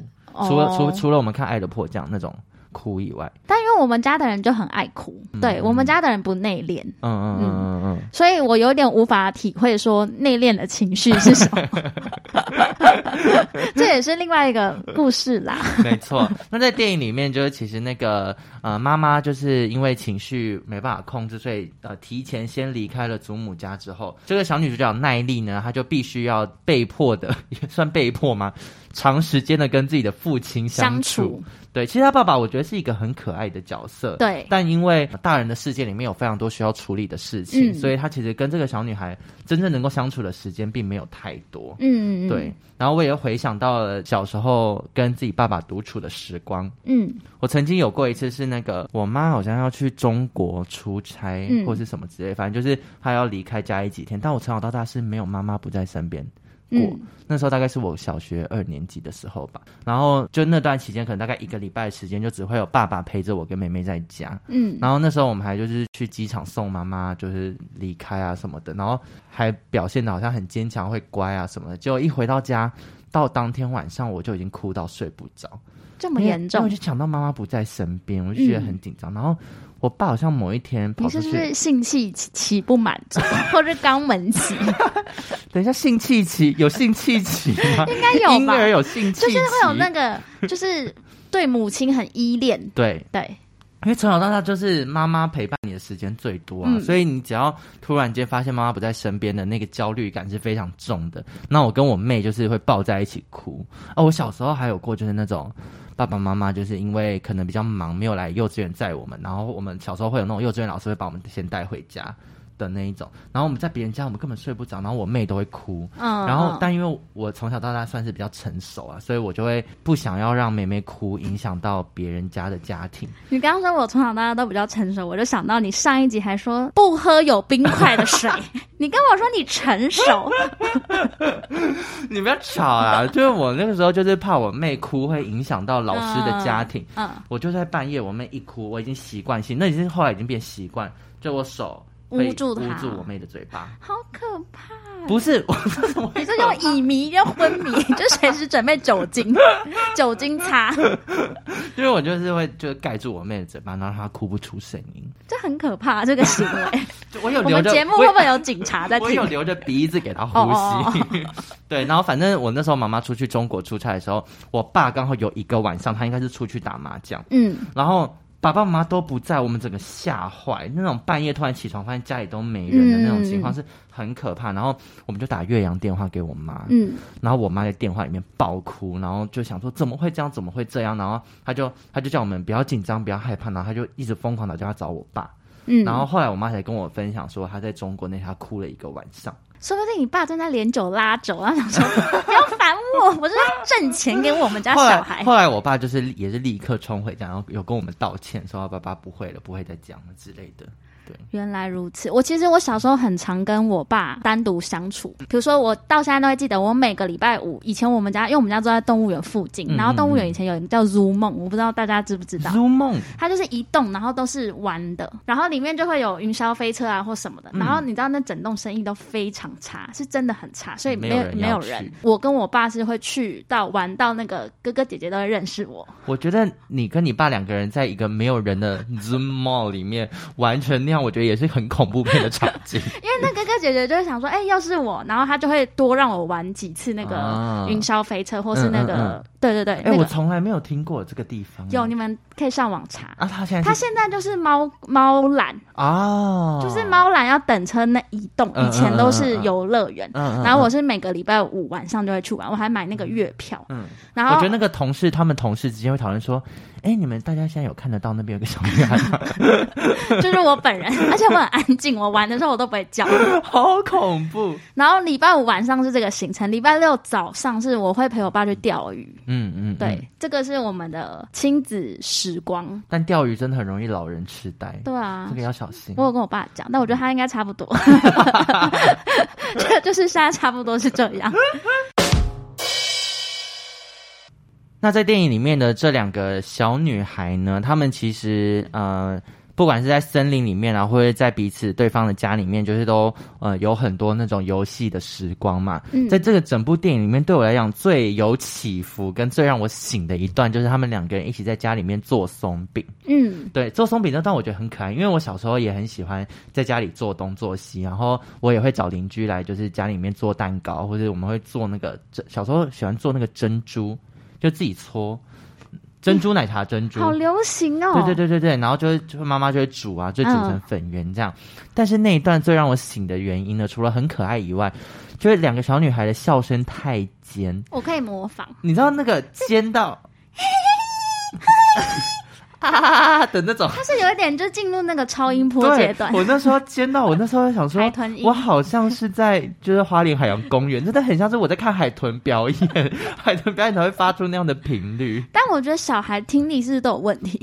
Speaker 2: 除了除
Speaker 1: 哦
Speaker 2: 除了我们看《爱的迫降》那种哭以外，
Speaker 1: 但因为我们家的人就很爱哭，对我们家的人不内敛，
Speaker 2: 嗯嗯嗯嗯嗯。
Speaker 1: 所以我有点无法体会说内敛的情绪是 什么。这也是另外一个故事啦。
Speaker 2: 没错，那在电影里面，就是其实那个呃，妈妈就是因为情绪没办法控制，所以呃，提前先离开了祖母家之后，这个小女主角耐力呢，她就必须要被迫的，也算被迫吗？长时间的跟自己的父亲
Speaker 1: 相
Speaker 2: 处。
Speaker 1: 处
Speaker 2: 对，其实她爸爸我觉得是一个很可爱的角色。。
Speaker 1: 对，
Speaker 2: 但因为呃大人的世界里面有非常多需要处理的事情，
Speaker 1: 嗯
Speaker 2: 所以她其实跟这个小女孩真正能够相处的时间并没有太多。
Speaker 1: 嗯，
Speaker 2: 对，，然后我也回想到了小时候跟自己爸爸独处的时光。
Speaker 1: 嗯
Speaker 2: 我曾经有过一次是那个我妈好像要去中国出差
Speaker 1: 嗯
Speaker 2: 或是什么之类，反正就是她要离开家里几天。但我从小到大是没有妈妈不在身边。过
Speaker 1: 嗯，
Speaker 2: 那时候大概是我小学二年级的时候吧，然后就那段期间，可能大概一个礼拜的时间，就只会有爸爸陪着我跟妹妹在家。
Speaker 1: 嗯，
Speaker 2: 然后那时候我们还就是去机场送妈妈，就是离开啊什么的，然后还表现的好像很坚强会乖啊什么的。结果一回到家，到当天晚上我就已经哭到睡不着，
Speaker 1: 这
Speaker 2: 这
Speaker 1: 么严重嗯
Speaker 2: 我就？想到妈妈不在身边，我就觉得很紧张。然后我爸好像某一天跑
Speaker 1: 你
Speaker 2: 出
Speaker 1: 是不
Speaker 2: 去，
Speaker 1: 是性器起起不满 足，或者肛门期？
Speaker 2: 等一下性气期有性气期 吗？应该
Speaker 1: 有吧
Speaker 2: 婴儿有性气
Speaker 1: 就
Speaker 2: 期，
Speaker 1: 是会有那个，就是对母亲很依恋，
Speaker 2: 对，
Speaker 1: 对，
Speaker 2: 因为从小到大就是妈妈陪伴你的时间最多啊，
Speaker 1: 嗯
Speaker 2: 所以你只要突然间发现妈妈不在身边的那个焦虑感是非常重的。那我跟我妹就是会抱在一起哭啊。我小时候还有过就是那种爸爸妈妈就是因为可能比较忙，没有来幼稚园载我们，然后我们小时候会有那种幼稚园老师会把我们先带回家的那一种，然后我们在别人家我们根本睡不着，然后我妹都会哭，
Speaker 1: 嗯，
Speaker 2: 然后
Speaker 1: 嗯，
Speaker 2: 但因为我从小到大算是比较成熟啊，所以我就会不想要让妹妹哭，影响到别人家的家庭。
Speaker 1: 你刚刚说我从小到大都比较成熟，我就想到你上一集还说不喝有冰块 的水，你跟我说你成熟，
Speaker 2: 你不要吵 啊！就是我那个时候就是怕我妹哭会影响到老师的家庭，
Speaker 1: 嗯，
Speaker 2: 我就在半夜我妹一哭，我已经习惯性，那已经后来已经变习惯，就我手会
Speaker 1: 捂住她
Speaker 2: 捂住我妹的嘴巴，
Speaker 1: 好可怕。
Speaker 2: 不是我 这怎么会
Speaker 1: 你这叫乙醚，叫昏 迷，就随时准备酒精，酒精擦，
Speaker 2: 因为我就是会就是盖住我妹的嘴巴，然后她哭不出声 音。
Speaker 1: 这很可怕，这个行为。
Speaker 2: 就我有
Speaker 1: 我
Speaker 2: 留
Speaker 1: 们
Speaker 2: 着
Speaker 1: 节目
Speaker 2: 我
Speaker 1: 会不会有警察在
Speaker 2: 我
Speaker 1: 听哦
Speaker 2: 有？留着鼻子给她呼吸。 对，然后反正我那时候妈妈出去中国出差的时候，我爸刚好有一个晚上，他应该是出去打麻将。
Speaker 1: 嗯，
Speaker 2: 然后爸爸妈妈都不在，我们整个吓坏，那种半夜突然起床发现家里都没人的那种情况是很可怕。然后我们就打岳阳电话给我妈，
Speaker 1: 嗯，
Speaker 2: 然后我妈在电话里面爆哭，然后就想说怎么会这样，怎么会这样？然后她就她就叫我们不要紧张，不要害怕，然后她就一直疯狂打电话找我爸。
Speaker 1: 嗯
Speaker 2: 然后后来我妈才跟我分享说，她在中国那天她哭了一个晚上。
Speaker 1: 说不定你爸正在连酒拉酒，然后想说 不要烦我，我是在挣钱给我们家
Speaker 2: 后来
Speaker 1: 小 孩
Speaker 2: 后。来我爸就是也是立刻冲回家，然后有跟我们道歉，说爸爸不会了，不会再这样了之类的。
Speaker 1: 原来如此，我其实我小时候很常跟我爸单独相处，比如说我到现在都会记得，我每个礼拜五以前我们家，因为我们家住在动物园附近，
Speaker 2: 嗯
Speaker 1: 然后动物园以前有一个叫 Zoo 梦，我不知道大家知不知道。
Speaker 2: 如梦，
Speaker 1: 它就是一栋，然后都是玩的，然后里面就会有云霄飞车啊或什么的。然后你知道那整栋生意都非常差，是真的很差，所以没有
Speaker 2: 没有人要
Speaker 1: 没有人
Speaker 2: 去。
Speaker 1: 我跟我爸是会去到玩到那个哥哥姐姐都会认识我，
Speaker 2: 我觉得你跟你爸两个人在一个没有人的 Zoom Mall 里面完成那样，我觉得也是很恐怖片的场 景。
Speaker 1: 因为那哥哥姐姐就会想说，哎、要是我，然后他就会多让我玩几次那
Speaker 2: 啊
Speaker 1: 个云霄飞车，或是那个，
Speaker 2: 嗯嗯嗯
Speaker 1: 对对对，
Speaker 2: 哎、
Speaker 1: 那
Speaker 2: 我
Speaker 1: 个
Speaker 2: 从来没有听过这个地方。哎
Speaker 1: 有，你们可以上网查。
Speaker 2: 啊？他现在
Speaker 1: 他
Speaker 2: 是
Speaker 1: 现在就是猫猫缆，
Speaker 2: 啊，
Speaker 1: 就是，猫缆要等车那一栋，
Speaker 2: 嗯
Speaker 1: 以前都是游乐园，
Speaker 2: 嗯嗯
Speaker 1: 然后我是每个礼拜五晚上就会去玩，我还买那个月票。
Speaker 2: 嗯
Speaker 1: 然
Speaker 2: 我
Speaker 1: 后
Speaker 2: 觉得那个同事他们同事之间会讨论说，哎、你们大家现在有看得到那边有个小女孩吗？
Speaker 1: 就是我本人，而且我很安静，我玩的时候我都不会叫。
Speaker 2: 好恐怖。
Speaker 1: 然后礼拜五晚上是这个行程，礼拜六早上是我会陪我爸去钓鱼。
Speaker 2: 嗯嗯，嗯
Speaker 1: 对，。这个是我们的亲子时光。
Speaker 2: 但钓鱼真的很容易老人痴呆，
Speaker 1: 对啊
Speaker 2: 这个，要小心
Speaker 1: 我。有跟我爸讲，但我觉得他应该差不 多，就就是现在差不多是这样。
Speaker 2: 那在电影里面的这两个小女孩呢，她们其实呃，不管是在森林里面啊，或者在彼此对方的家里面，就是都呃有很多那种游戏的时光嘛。
Speaker 1: 嗯
Speaker 2: 在这个整部电影里面，对我来讲最有起伏跟最让我醒的一段，就是她们两个人一起在家里面做松饼。
Speaker 1: 嗯
Speaker 2: 对，做松饼那段我觉得很可爱，因为我小时候也很喜欢在家里做东做西，然后我也会找邻居来，就是家里面做蛋糕，或者我们会做那个珍，小时候喜欢做那个珍珠，就自己搓珍珠奶茶珍珠。
Speaker 1: 好流行哦。
Speaker 2: 对对对对对，然后就会就会妈妈就会煮啊，就煮成粉圆这样。但是那一段最让我醒的原因呢，除了很可爱以外，就是两个小女孩的笑声太尖，
Speaker 1: 我可以模仿。
Speaker 2: 你知道那个尖到啊的那种
Speaker 1: 它是有一点就进入那个超音波
Speaker 2: 对，
Speaker 1: 阶段。
Speaker 2: 我那时候见到，我那时候想说
Speaker 1: 海豚，音
Speaker 2: 我好像是在就是花莲海洋公园，真的很像是我在看海豚表演，海豚表演才会发出那样的频率。
Speaker 1: 但我觉得小孩听力是不是都有问 题？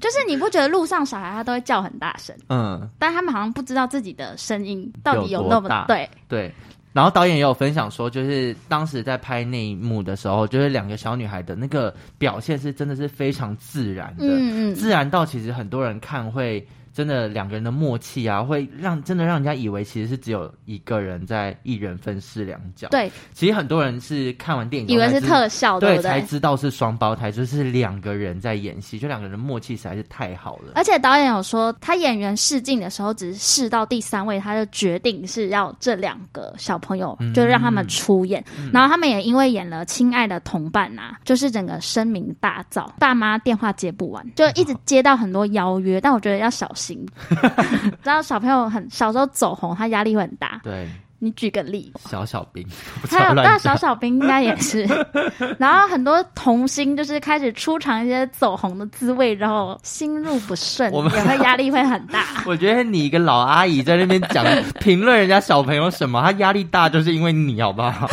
Speaker 1: 就是你不觉得路上小孩他都会叫很大声，
Speaker 2: 嗯，
Speaker 1: 但他们好像不知道自己的声音到底有
Speaker 2: 有多
Speaker 1: 那么
Speaker 2: 大
Speaker 1: 对，
Speaker 2: 对。然后导演也有分享说，就是当时在拍那一幕的时候，就是两个小女孩的那个表现是真的是非常自然的，
Speaker 1: 嗯嗯，
Speaker 2: 自然到其实很多人看会真的两个人的默契啊，会让真的让人家以为其实是只有一个人在一人分饰两角。，
Speaker 1: 对，
Speaker 2: 其实很多人嗯是看完电影
Speaker 1: 以为是
Speaker 2: 后才知
Speaker 1: 特效，
Speaker 2: 对
Speaker 1: 不
Speaker 2: 才
Speaker 1: 对？
Speaker 2: 知道是双胞胎，就是两个人在演戏，就两个人的默契实在是太好了。
Speaker 1: 而且导演有说，他演员试镜的时候只试到第三位，他就决定是要这两个小朋友，
Speaker 2: 嗯
Speaker 1: 就让他们出演。然后他们也因为演了《亲爱的同伴》啊，就是整个声名大噪，爸妈电话接不完，就一直接到很多邀约。但我觉得要小 心，知道小朋友很小时候走红，他压力会很大。
Speaker 2: 对，
Speaker 1: 你举 个例，
Speaker 2: 小小兵，不知
Speaker 1: 还
Speaker 2: 道
Speaker 1: 有
Speaker 2: 乱讲
Speaker 1: 大小小兵应该也 是，然后很多童星就是开始出尝一些走红的滋味，然后心路不顺，
Speaker 2: 我们
Speaker 1: 也会压力会很 大。
Speaker 2: 我觉得你一个老阿姨在那边讲评论人家小朋友什么，他压力大就是因为你好不 好？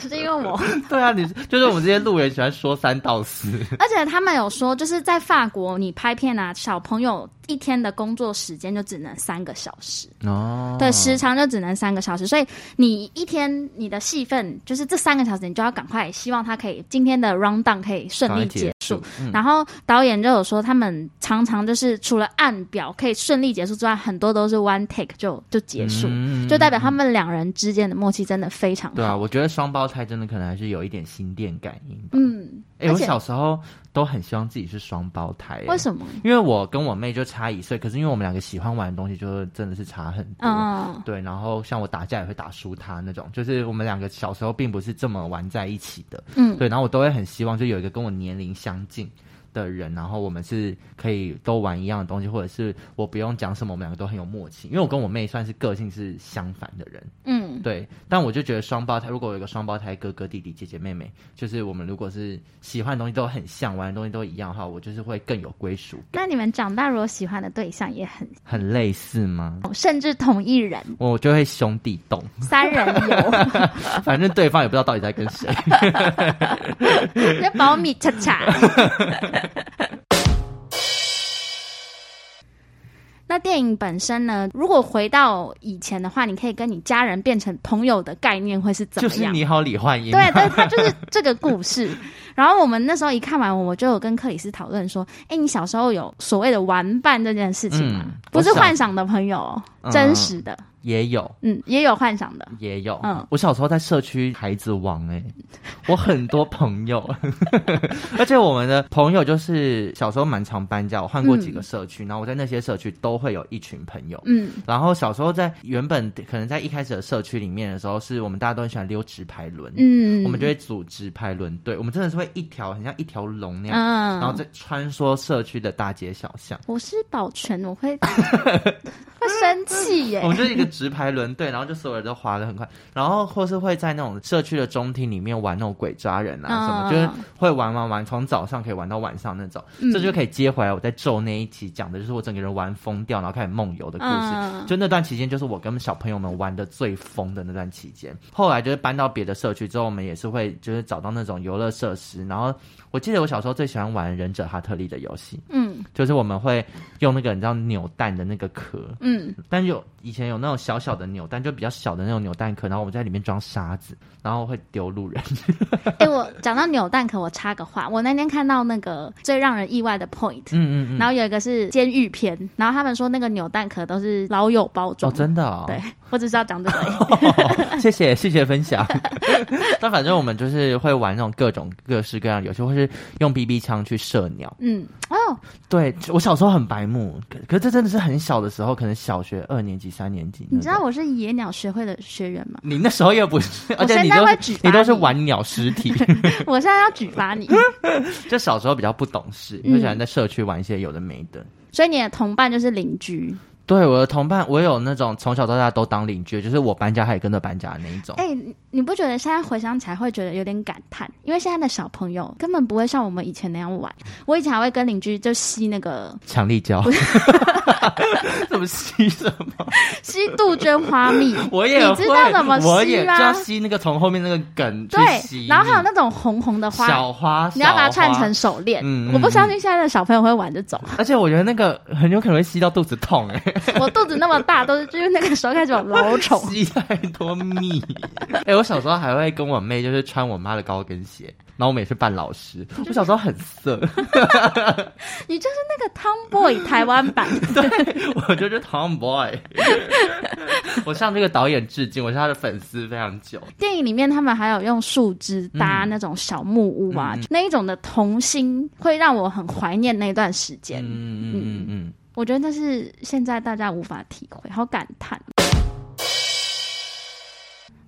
Speaker 1: 是因为我，
Speaker 2: 对啊，你就是我们这些路人喜欢说三道四。
Speaker 1: 而且他们有说，就是在法国，你拍片啊，小朋友一天的工作时间就只能三个小时，
Speaker 2: 哦
Speaker 1: 对，时长就只能三个小时，所以你一天你的戏份就是这三个小时，你就要赶快，希望他可以今天的 round down 可以顺利结束。
Speaker 2: 嗯
Speaker 1: 然后导演就有说，他们常常就是除了按表可以顺利结束之外，很多都是 one take 就就结束，
Speaker 2: 嗯
Speaker 1: 就代表他们两人之间的默契真的非常
Speaker 2: 对
Speaker 1: 好。
Speaker 2: 啊，我觉得双胞胎真的可能还是有一点心电感应吧。
Speaker 1: 嗯，
Speaker 2: 哎、
Speaker 1: 而
Speaker 2: 我
Speaker 1: 且
Speaker 2: 小时候都很希望自己是双胞胎、
Speaker 1: 为
Speaker 2: 么？
Speaker 1: 什么？
Speaker 2: 因为我跟我妹就差一岁，可是因为我们两个喜欢玩的东西，就真的是差很多。
Speaker 1: 嗯，
Speaker 2: 对，然后像我打架也会打输她那种，就是我们两个小时候并不是这么玩在一起的。
Speaker 1: 嗯，
Speaker 2: 对，然后我都会很希望就有一个跟我年龄相近的人，然后我们是可以都玩一样的东西，或者是我不用讲什么，我们两个都很有默契。因为我跟我妹算是个性是相反的人，
Speaker 1: 嗯，
Speaker 2: 对，但我就觉得双胞胎，如果有一个双胞胎哥哥、弟弟、姐姐、妹妹，就是我们如果是喜欢的东西都很像，玩的东西都一样的话，我就是会更有归属感，
Speaker 1: 那你们长大如果喜欢的对象也很，
Speaker 2: 很类似吗？
Speaker 1: 甚至同一人、
Speaker 2: 我就会兄弟动，
Speaker 1: 三人游，
Speaker 2: 反正对方也不知道到底在跟谁。
Speaker 1: 那保密恰恰。 那电影本身呢？如果回到以前的话，你可以跟你家人变成朋友的概念会 是怎
Speaker 2: 就
Speaker 1: 么
Speaker 2: 是
Speaker 1: 样？
Speaker 2: 你好，李焕英。
Speaker 1: 对啊对，它就是这个故事。 然后我们那时候一看完，我就有跟克里斯讨论说：“哎，你小时候有所谓的玩伴这件事情吗？
Speaker 2: 嗯
Speaker 1: 不是
Speaker 2: 我小
Speaker 1: 幻想的朋友哦，
Speaker 2: 嗯
Speaker 1: 真实的，
Speaker 2: 也有。
Speaker 1: 嗯，也有幻 想的。
Speaker 2: 也有，
Speaker 1: 嗯
Speaker 2: 我小时候在社区孩子王哎、我很多朋友， 而且我们的朋友就是小时候蛮常搬家，我换过几个社区，然后我在那些社区都会有一群朋友。
Speaker 1: 嗯，
Speaker 2: 然后小时候在原本可能在一开始的社区里面的时候，是我们大家都很喜欢溜直排轮，
Speaker 1: 嗯，
Speaker 2: 我们就会组直排轮队，我们真的是会一条很像一条龙那样，
Speaker 1: 嗯，
Speaker 2: 然后再穿梭社区的大街小巷。
Speaker 1: 我是保全，我 会会生气耶
Speaker 2: 我。们就是一个直排 轮队，然后就所有人都滑得很快，然后或是会在那种社区的中庭里面玩那种鬼抓人啊什么，
Speaker 1: 嗯
Speaker 2: 就是会玩玩玩，从早上可以玩到晚上那种，这就可以接回来我在咒那一期讲的，就是我整个人玩疯掉，然后开始梦游的故事。
Speaker 1: 嗯
Speaker 2: 就那段期间，就是我跟小朋友们玩的最疯的那段期间。后来就是搬到别的社区之后，我们也是会就是找到那种游乐设施。然后我记得我小时候最喜欢玩忍者哈特利的游戏，
Speaker 1: 嗯
Speaker 2: 就是我们会用那个你知道扭蛋的那个壳，
Speaker 1: 嗯，
Speaker 2: 但有以前有那种小小的扭蛋，就比较小的那种扭蛋壳，然后我们在里面装沙子，然后会丢路人。
Speaker 1: 哎、我讲到扭蛋壳，我插个话，我那天看到那个最让人意外的 point，、
Speaker 2: 嗯嗯嗯。
Speaker 1: 然后有一个是监狱片，然后他们说那个扭蛋壳都是老友包
Speaker 2: 哦，
Speaker 1: 装，
Speaker 2: 真的、哦，
Speaker 1: 对，我只是要讲这个而已。
Speaker 2: 谢谢谢谢分 享。但反正我们就是会玩那种各种各式各样的游戏，或是用 BB 枪去射鸟。
Speaker 1: 嗯，哦，
Speaker 2: 对我小时候很白目，可可是这真的是很小的时候，可能小学二年级、三年级那种。？
Speaker 1: 你知道我是野鸟学会的学员吗
Speaker 2: 你那时候也不是，而且你
Speaker 1: 现在
Speaker 2: 都
Speaker 1: 会
Speaker 2: 是
Speaker 1: 举
Speaker 2: 你
Speaker 1: 发
Speaker 2: 都是
Speaker 1: 你
Speaker 2: 玩鸟尸体，
Speaker 1: 我现在要举发你，
Speaker 2: 就小时候比较不懂事，
Speaker 1: 嗯
Speaker 2: 就喜欢在社区玩一些有的没的。
Speaker 1: 所以你的同伴就是邻居。
Speaker 2: 对，我的同伴，我有那种从小到大都当邻居，就是我搬家他也跟着搬家的那一种。
Speaker 1: 哎、你你不觉得现在回想起来会觉得有点感叹？因为现在的小朋友根本不会像我们以前那样玩。我以前还会跟邻居就吸那个
Speaker 2: 强力胶， 怎么吸什么？，
Speaker 1: 吸杜鹃花蜜
Speaker 2: 我也
Speaker 1: 你
Speaker 2: 会，
Speaker 1: 知道怎么
Speaker 2: 我
Speaker 1: 吸
Speaker 2: 也就
Speaker 1: 吗
Speaker 2: 要？吸那个从后面那个梗去吸。
Speaker 1: 对，然后还有那种红红的花，
Speaker 2: 小花，
Speaker 1: 你要把它
Speaker 2: 小花
Speaker 1: 串成。手链。
Speaker 2: 嗯嗯嗯
Speaker 1: 我不相信现在的小朋友会玩 这种。
Speaker 2: 而且我觉得那个很有可能会吸到肚子痛、 哎，
Speaker 1: 我肚子那么大，都是就是那个时候开始有老
Speaker 2: 。
Speaker 1: 虫
Speaker 2: 吸太多蜜。哎、我小时候还会跟我妹就是穿我妈的高跟鞋，然后我们也是扮老师，我小时候很色，
Speaker 1: 你就是那个 Tomboy 台湾版，
Speaker 2: 我就是 Tomboy。我向这个导演致敬，我是他的粉丝非常久。
Speaker 1: 电影里面他们还有用树枝搭
Speaker 2: 嗯
Speaker 1: 那种小木屋啊，那一种的童心会让我很怀念那段时间。
Speaker 2: 嗯嗯嗯嗯，
Speaker 1: 我觉得那是现在大家无法体会，好感叹。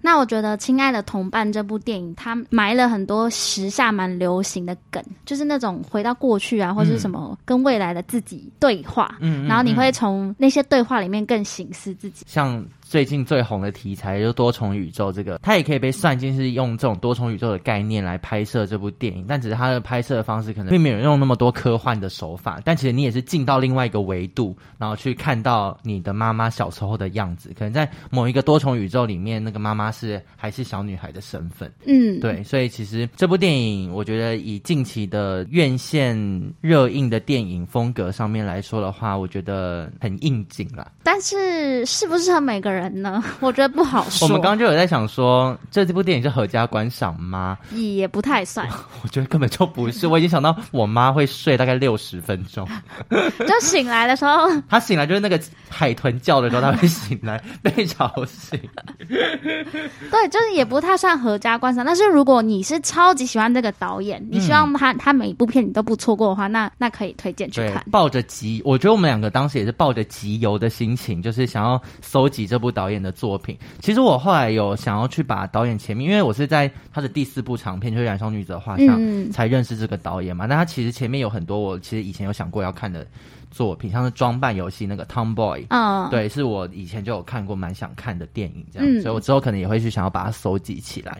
Speaker 1: 那我觉得《亲爱的同伴》这部电影，它埋了很多时下蛮流行的梗，就是那种回到过去啊，或是什么跟未来的自己对话，
Speaker 2: 嗯嗯
Speaker 1: 然后你会从那些对话里面更省思自己。
Speaker 2: 像最近最红的题材就是多重宇宙，这个它也可以被算进是用这种多重宇宙的概念来拍摄这部电影，但只是它的拍摄的方式可能并没有用那么多科幻的手法，但其实你也是进到另外一个维度，然后去看到你的妈妈小时候的样子，可能在某一个多重宇宙里面，那个妈妈是还是小女孩的身份。
Speaker 1: 嗯，
Speaker 2: 对，所以其实这部电影，我觉得以近期的院线热映的电影风格上面来说的话，我觉得很应景啦。
Speaker 1: 但是适不适合每个人呢？ 我觉得不好
Speaker 4: 哦
Speaker 1: 说。
Speaker 2: 我们刚刚就有在想说，这部电影是合家观赏吗？
Speaker 1: 也不太算，
Speaker 2: 我觉得根本就不是，我已经想到我妈会睡大概六十分钟，
Speaker 1: 就醒来的时候，
Speaker 2: 她醒来就是那个海豚叫的时候，她会醒来 被吵醒。
Speaker 1: 对，就是也不太算合家观赏。但是如果你是超级喜欢这个导演，你
Speaker 2: 嗯
Speaker 1: 希望他、他每一部片你都不错过的话，那那可以推荐去
Speaker 2: 对
Speaker 1: 看，。
Speaker 2: 抱着集，我觉得我们两个当时也是抱着集邮的心情，就是想要搜集这部导演的作品。其实我后来有想要去把导演前面，因为我是在他的第四部长片，就是《燃烧女子的画像》
Speaker 1: 嗯
Speaker 2: 才认识这个导演嘛。那他其实前面有很多我其实以前有想过要看的作品，像是《装扮游戏》那个《Tomboy》。
Speaker 1: 嗯，
Speaker 2: 对，是我以前就有看过，蛮想看的电影这样，
Speaker 1: 嗯
Speaker 2: 所以我之后可能也会去想要把它搜集起来。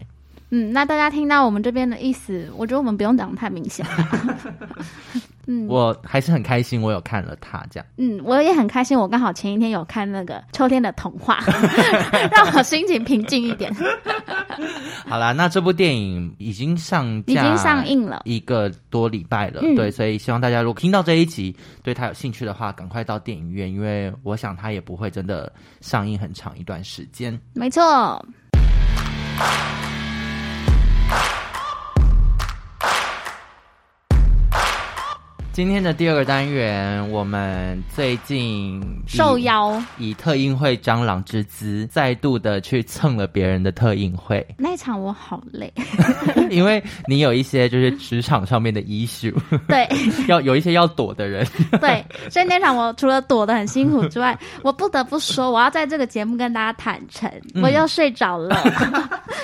Speaker 1: 嗯，那大家听到我们这边的意思，我觉得我们不用讲得太明显吧。嗯
Speaker 2: 我还是很开心，我有看了它这样。
Speaker 1: 嗯，我也很开心，我刚好前一天有看那个《秋天的童话》， 让我心情平静一点。
Speaker 2: 好啦，那这部电影已经上架，
Speaker 1: 已经上映了
Speaker 2: 一个多礼拜了，
Speaker 1: 嗯
Speaker 2: 对，所以希望大家如果听到这一集，对他有兴趣的话，赶快到电影院，因为我想他也不会真的上映很长一段时间。
Speaker 1: 没错，
Speaker 2: 今天的第二个单元，我们最近以
Speaker 1: 受邀
Speaker 2: 以特映会蟑螂之姿，再度的去蹭了别人的特映 会，
Speaker 1: 那一场我好累，
Speaker 2: 因为你有一些就是职场上面的 issue，
Speaker 1: 对。
Speaker 2: 要有一些要躲的人，
Speaker 1: 对，所以那场我除了躲得很辛苦之外，我不得不说，我要在这个节目跟大家坦诚，我又睡着了，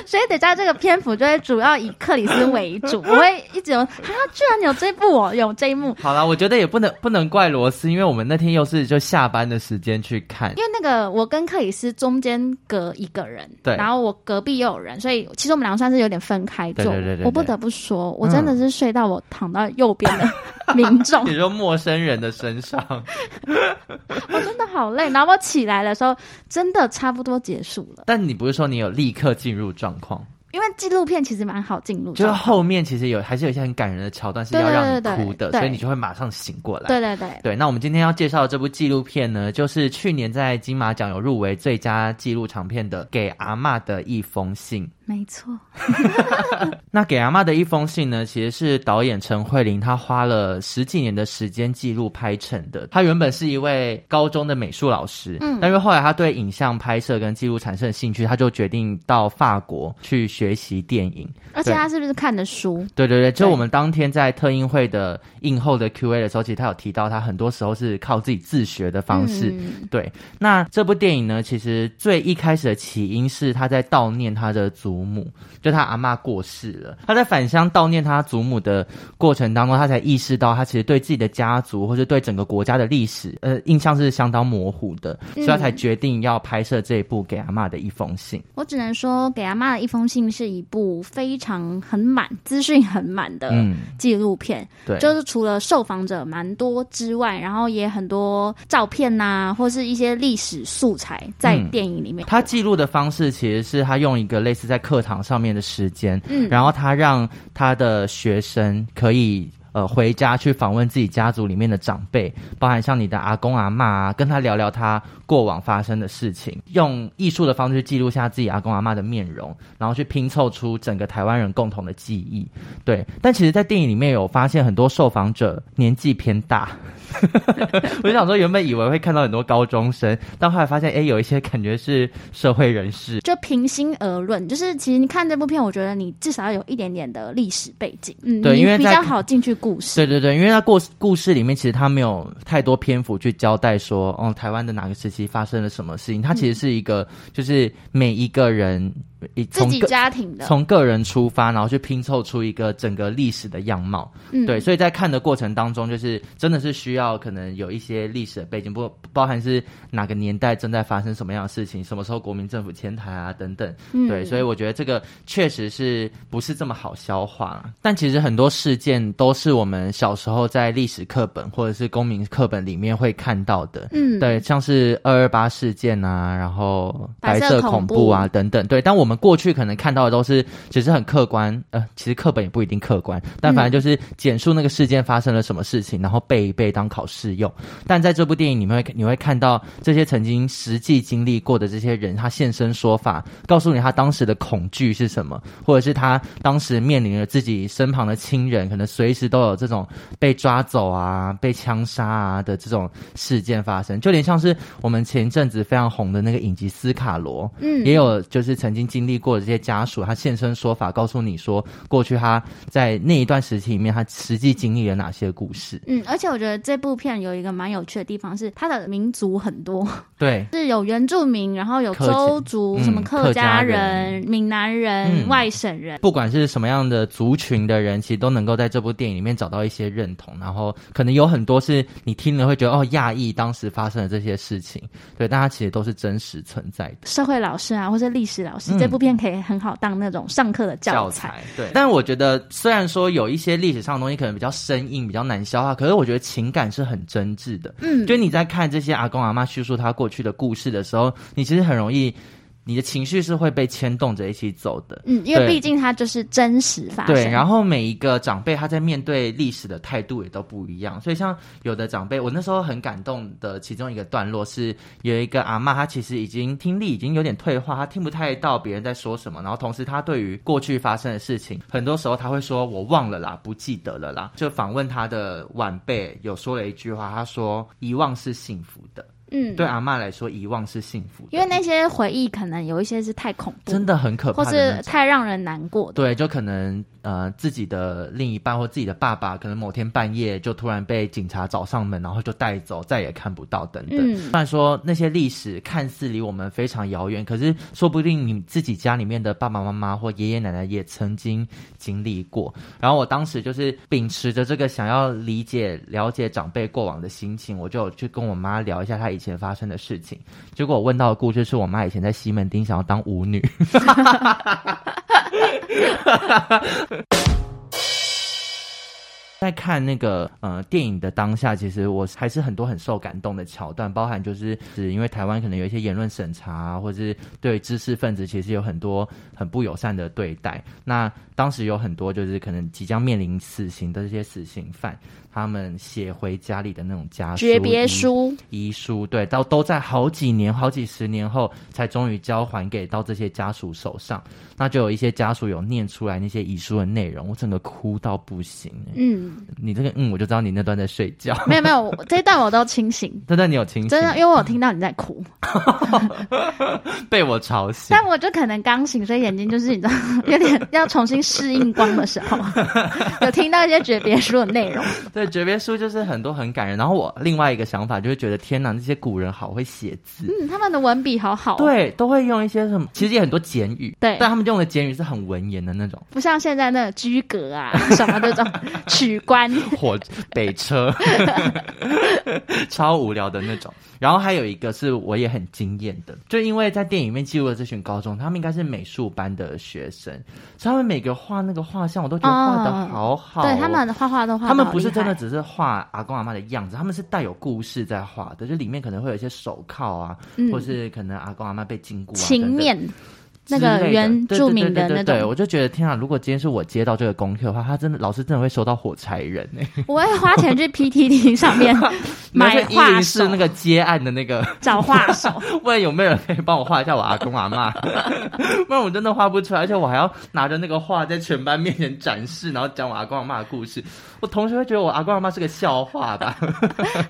Speaker 1: 所以等下这个篇幅就会主要以克里斯为主，我会一直有，啊，居然有这一部哦，有这一幕，
Speaker 2: 好啦，我觉得也不能不能怪罗斯，因为我们那天又是就下班的时间去看
Speaker 1: 因，为那个我跟克里斯中间隔一个人，
Speaker 2: 对
Speaker 1: 然后我隔壁又有人，所以其实我们两个算是有点分开坐。
Speaker 2: 对对对对对
Speaker 1: 我不得不说，我真的是睡到我躺到右边的民众，
Speaker 2: 也就陌生人的身上。
Speaker 1: 我真的好累。然后我起来的时候，真的差不多结束了，
Speaker 2: 但你不是说你有立刻进入状况？
Speaker 1: 因为纪录片其实蛮好进入
Speaker 2: 就是
Speaker 1: 的。
Speaker 2: 后面其实有还是有一些很感人的桥段是要让你
Speaker 1: 对对对
Speaker 2: 哭的，
Speaker 1: 对
Speaker 2: 所以你就会马上醒过来。
Speaker 1: 对对对，
Speaker 2: 对，那我们今天要介绍的这部纪录片呢，就是去年在金马奖有入围最佳纪录长片的《给阿嬷的一封信》。
Speaker 1: 没错，
Speaker 2: 那给阿妈的一封信呢，其实是导演陈慧琳她花了十几年的时间记录拍成的。她原本是一位高中的美术老师，嗯，但是后来她对影像拍摄跟记录产生了兴趣，她就决定到法国去学习电影。
Speaker 1: 而且他是不是看的书？
Speaker 2: 对对对，就
Speaker 1: 对
Speaker 2: 我们当天在特映会的映后的 Q&A 的时候，其实他有提到，他很多时候是靠自己自学的方式。
Speaker 1: 嗯
Speaker 2: 对，那这部电影呢，其实最一开始的起因是他在悼念他的祖母，就他阿嬷过世了。他在返乡悼念他祖母的过程当中，他才意识到他其实对自己的家族或者对整个国家的历史，呃，印象是相当模糊的，所以他才决定要拍摄这一部给阿嬷的一封信。
Speaker 1: 我只能说，给阿妈的一封信是一部非常很满、资讯很满的
Speaker 2: 嗯，
Speaker 1: 纪录片。
Speaker 2: 对，
Speaker 1: 就是除了受访者蛮多之外，然后也很多照片呐、或是一些历史素材在
Speaker 2: 嗯
Speaker 1: 电影里面。
Speaker 2: 他记录的方式其实是他用一个类似在课堂上面的时间，
Speaker 1: 嗯
Speaker 2: 然后他让他的学生可以。呃回家去访问自己家族里面的长辈，包含像你的阿公阿妈啊，跟他聊聊他过往发生的事情，用艺术的方式去记录下自己阿公阿妈的面容，然后去拼凑出整个台湾人共同的记忆。对，但其实，在电影里面有发现很多受访者年纪偏大， 我就想说，原本以为会看到很多高中生，但后来发现，哎，有一些感觉是社会人士。
Speaker 1: 就平心而论，就是其实你看这部片，我觉得你至少要有一点点的历史背景，嗯，
Speaker 2: 对
Speaker 1: 你
Speaker 2: 因为
Speaker 1: 比
Speaker 2: 在
Speaker 1: 较好进去故事。
Speaker 2: 对对对，因为他故故事里面其实他没有太多篇幅去交代说，哦，台湾的哪个时期发生了什么事情。他其实是一个，就是每一个人一
Speaker 1: 自
Speaker 2: 从
Speaker 1: 己
Speaker 2: 个
Speaker 1: 家庭的，
Speaker 2: 从个人出发，然后去拼凑出一个整个历史的样貌。
Speaker 1: 嗯，
Speaker 2: 对，所以在看的过程当中，就是真的是需要可能有一些历史的背景，不包含是哪个年代正在发生什么样的事情，什么时候国民政府迁台啊等等。
Speaker 1: 嗯
Speaker 2: 对，所以我觉得这个确实是不是这么好消化啦。但其实很多事件都是我们小时候在历史课本或者是公民课本里面会看到的。
Speaker 1: 嗯，
Speaker 2: 对，像是二二八事件啊，然后白
Speaker 1: 白色
Speaker 2: 色
Speaker 1: 恐
Speaker 2: 恐
Speaker 1: 怖
Speaker 2: 怖啊等等，对。但我们过去可能看到的都是只是很客观，呃，其实课本也不一定客观，但反正就是简述那个事件发生了什么事情，然后背一背当考试用。但在这部电影里面会，你会看到这些曾经实际经历过的这些人，他现身说法，告诉你他当时的恐惧是什么，或者是他当时面临了自己身旁的亲人，可能随时都有这种被抓走啊、被枪杀啊的这种事件发生，就连像是我们前一阵子非常红的那个影集《斯卡罗》，
Speaker 1: 嗯
Speaker 2: 也有就是曾经经历过的这些家属，他现身说法，告诉你说过去他在那一段时期里面，他实际经历了哪些故事。
Speaker 1: 嗯，而且我觉得这部片有一个蛮有趣的地方是，它的民族很 多，
Speaker 2: 对，
Speaker 1: 是有原住民，然后有
Speaker 2: 客家
Speaker 1: 周族、
Speaker 2: 嗯
Speaker 1: 什么客
Speaker 2: 客
Speaker 1: 家
Speaker 2: 家
Speaker 1: 人、
Speaker 2: 人
Speaker 1: 闽南人、
Speaker 2: 嗯
Speaker 1: 外省人。
Speaker 2: 不管是什么样的族群的人，其实都能够在这部电影里面找到一些认同，然后可能有很多是你听了会觉得哦，亚裔当时发生的这些事情，对，但它其实都是真实存在的。
Speaker 1: 社会老师啊，或是历史老师，
Speaker 2: 嗯
Speaker 1: 这部片可以很好当那种上课的教材。
Speaker 2: 材。对，但我觉得虽然说有一些历史上的东西可能比较生硬、比较难消化，可是我觉得情感是很真挚的。
Speaker 1: 嗯，
Speaker 2: 就你在看这些阿公阿妈叙述他过去的故事的时候，你其实很容易，你的情绪是会被牵动着一起走的。
Speaker 1: 嗯，因为
Speaker 2: 对
Speaker 1: 毕竟它就是真实发生。
Speaker 2: 对，然后每一个长辈他在面对历史的态度也都不一样，所以像有的长辈，我那时候很感动的其中一个段落是有一个阿嬷，她其实已经听力已经有点退化，她听不太到别人在说什么，然后同时她对于过去发生的事情，很多时候她会说我忘了啦，不记得了啦。就访问她的晚辈有说了一句话，她说遗忘是幸福的，
Speaker 1: 嗯，
Speaker 2: 对阿嬷来说遗忘是幸福的，
Speaker 1: 因为那些回忆可能有一些是太恐怖，
Speaker 2: 真
Speaker 1: 的，
Speaker 2: 的很可
Speaker 1: 或
Speaker 2: 怕的那
Speaker 1: 是
Speaker 2: 种。
Speaker 1: 太让人难过的。
Speaker 2: 对，就可能呃自己的另一半或自己的爸爸，可能某天半夜就突然被警察找上门，然后就带走，再也看不到等等。
Speaker 1: 嗯
Speaker 2: 虽然说那些历史看似离我们非常遥远，可是说不定你自己家里面的爸爸妈妈或爷爷奶奶也曾经经历过。然后我当时就是秉持着这个想要理解、了解长辈过往的心情，我就有去跟我妈聊一下她以前发生的事情。结果我问到的故事是我妈以前在西门町想要当舞女。在看那个呃电影的当下，其实我还是很多很受感动的桥段，包含就是是因为台湾可能有一些言论审查、啊，或是对知识分子其实有很多很不友善的对待。那当时有很多就是可能即将面临死刑的这些死刑犯，他们写回家里的那种家
Speaker 1: 诀别
Speaker 2: 遗
Speaker 1: 书，
Speaker 2: 遗书，对，到都在好几年、好几十年后，才终于交还给到这些家属手上。那就有一些家属有念出来那些遗书的内容，我整个哭到不行、欸
Speaker 1: 嗯，
Speaker 2: 你这个嗯，我就知道你那段在睡觉，
Speaker 1: 没有没有，我这一段我都清醒，
Speaker 2: 那段你有清醒
Speaker 1: 真， 的，因为我有听到你在哭，
Speaker 2: 被我吵醒。
Speaker 1: 但我就可能刚醒，所以眼睛就是你知道 有点要重新适应光的时 候，有听到一些诀别书的内容。
Speaker 2: 对，诀别书就是很多很感人。然后我另外一个想法就是觉得，天哪，这些古人好会写字。
Speaker 1: 嗯，他们的文笔好好、哦，，
Speaker 2: 对，都会用一些什么，其实也很多简语，
Speaker 1: 对
Speaker 2: 但他们用的简语是很文言的那种，
Speaker 1: 不像现在那个居格啊什么这种取 关。
Speaker 2: 火北 车，超无聊的那种。然后还有一个是我也很惊艳的，就因为在电影里面记录了这群高中，他们应该是美术班的学生，所以他们每个画那个画像，我都觉得画的
Speaker 1: 哦
Speaker 2: 好好、 哦
Speaker 1: 对他们画画都画
Speaker 2: 他
Speaker 1: 得好厉害，
Speaker 2: 们不是真的只是画阿公阿妈的样子，他们是带有故事在画的，就里面可能会有一些手铐啊，
Speaker 1: 嗯
Speaker 2: 或是可能阿公阿妈被禁锢啊，
Speaker 1: 情
Speaker 2: 等等
Speaker 1: 面，那个原住民
Speaker 2: 的对对对
Speaker 1: 的那
Speaker 2: 对对对，
Speaker 1: 种，
Speaker 2: 我就觉得天啊！如果今天是我接到这个功课的话，他真的老师真的会收到火柴人哎、
Speaker 1: 我会花 钱去 PTT 上面买
Speaker 2: 一
Speaker 1: 画
Speaker 2: 零是
Speaker 1: 手，
Speaker 2: 那个接案的那个，
Speaker 1: 找画手。
Speaker 2: 问有没有人可以帮我画一下我阿公阿妈， 不然我真的画不出来，而且我还要拿着那个画在全班面前展示，然后讲我阿公阿妈的故事，我同学会觉得我阿公阿妈是个笑话 吧。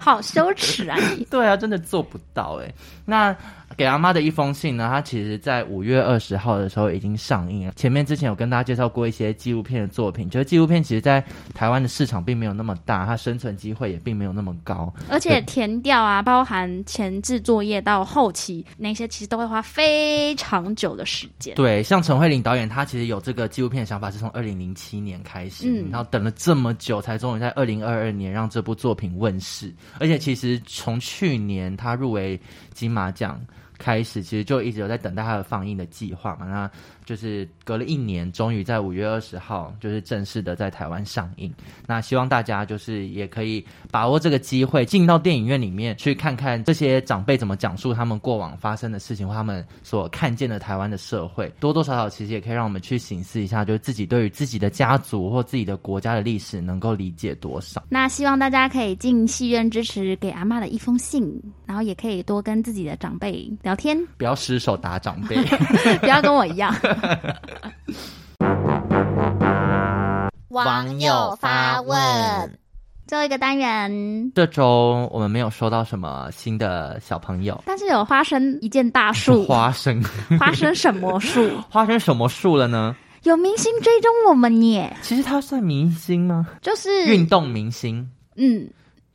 Speaker 1: 好羞耻啊！你
Speaker 2: 对啊，真的做不到哎、那给阿妈的一封信呢，它其实在五月二十号的时候已经上映了。前面之前有跟大家介绍过一些纪录片的作品，就是纪录片其实在台湾的市场并没有那么大，它生存机会也并没有那么高。
Speaker 1: 而且填调啊，包含前置作业到后期那些，其实都会花非常久的时间。
Speaker 2: 对，像陈慧琳导演，她其实有这个纪录片的想法是从二零零七年开始，
Speaker 1: 嗯
Speaker 2: 然后等了这么久，才终于在二零二二年让这部作品问世。而且其实从去年她入围金马奖开始，其实就一直有在等待她的放映的计划嘛。那就是隔了一年，终于在五月二十号，就是正式的在台湾上映。那希望大家就是也可以把握这个机会，进到电影院里面去看看这些长辈怎么讲述他们过往发生的事情，或他们所看见的台湾的社会，多多少少其实也可以让我们去醒思一下，就是自己对于自己的家族或自己的国家的历史能够理解多少。
Speaker 1: 那希望大家可以进戏院支持给阿嬷的一封信，然后也可以多跟自己的长辈聊天，
Speaker 2: 不要失手打长辈。
Speaker 1: 不要跟我一样。
Speaker 4: 网友发问，
Speaker 1: 最后一个单元，
Speaker 2: 这周我们没有收到什么新的小朋友，
Speaker 1: 但是有花生一件大树，
Speaker 2: 花生，
Speaker 1: 花生什么 树？
Speaker 2: 花生什么树了呢？
Speaker 1: 有明星追踪我们耶，
Speaker 2: 其实他算明星吗？
Speaker 1: 就是
Speaker 2: 运动明星。
Speaker 1: 嗯，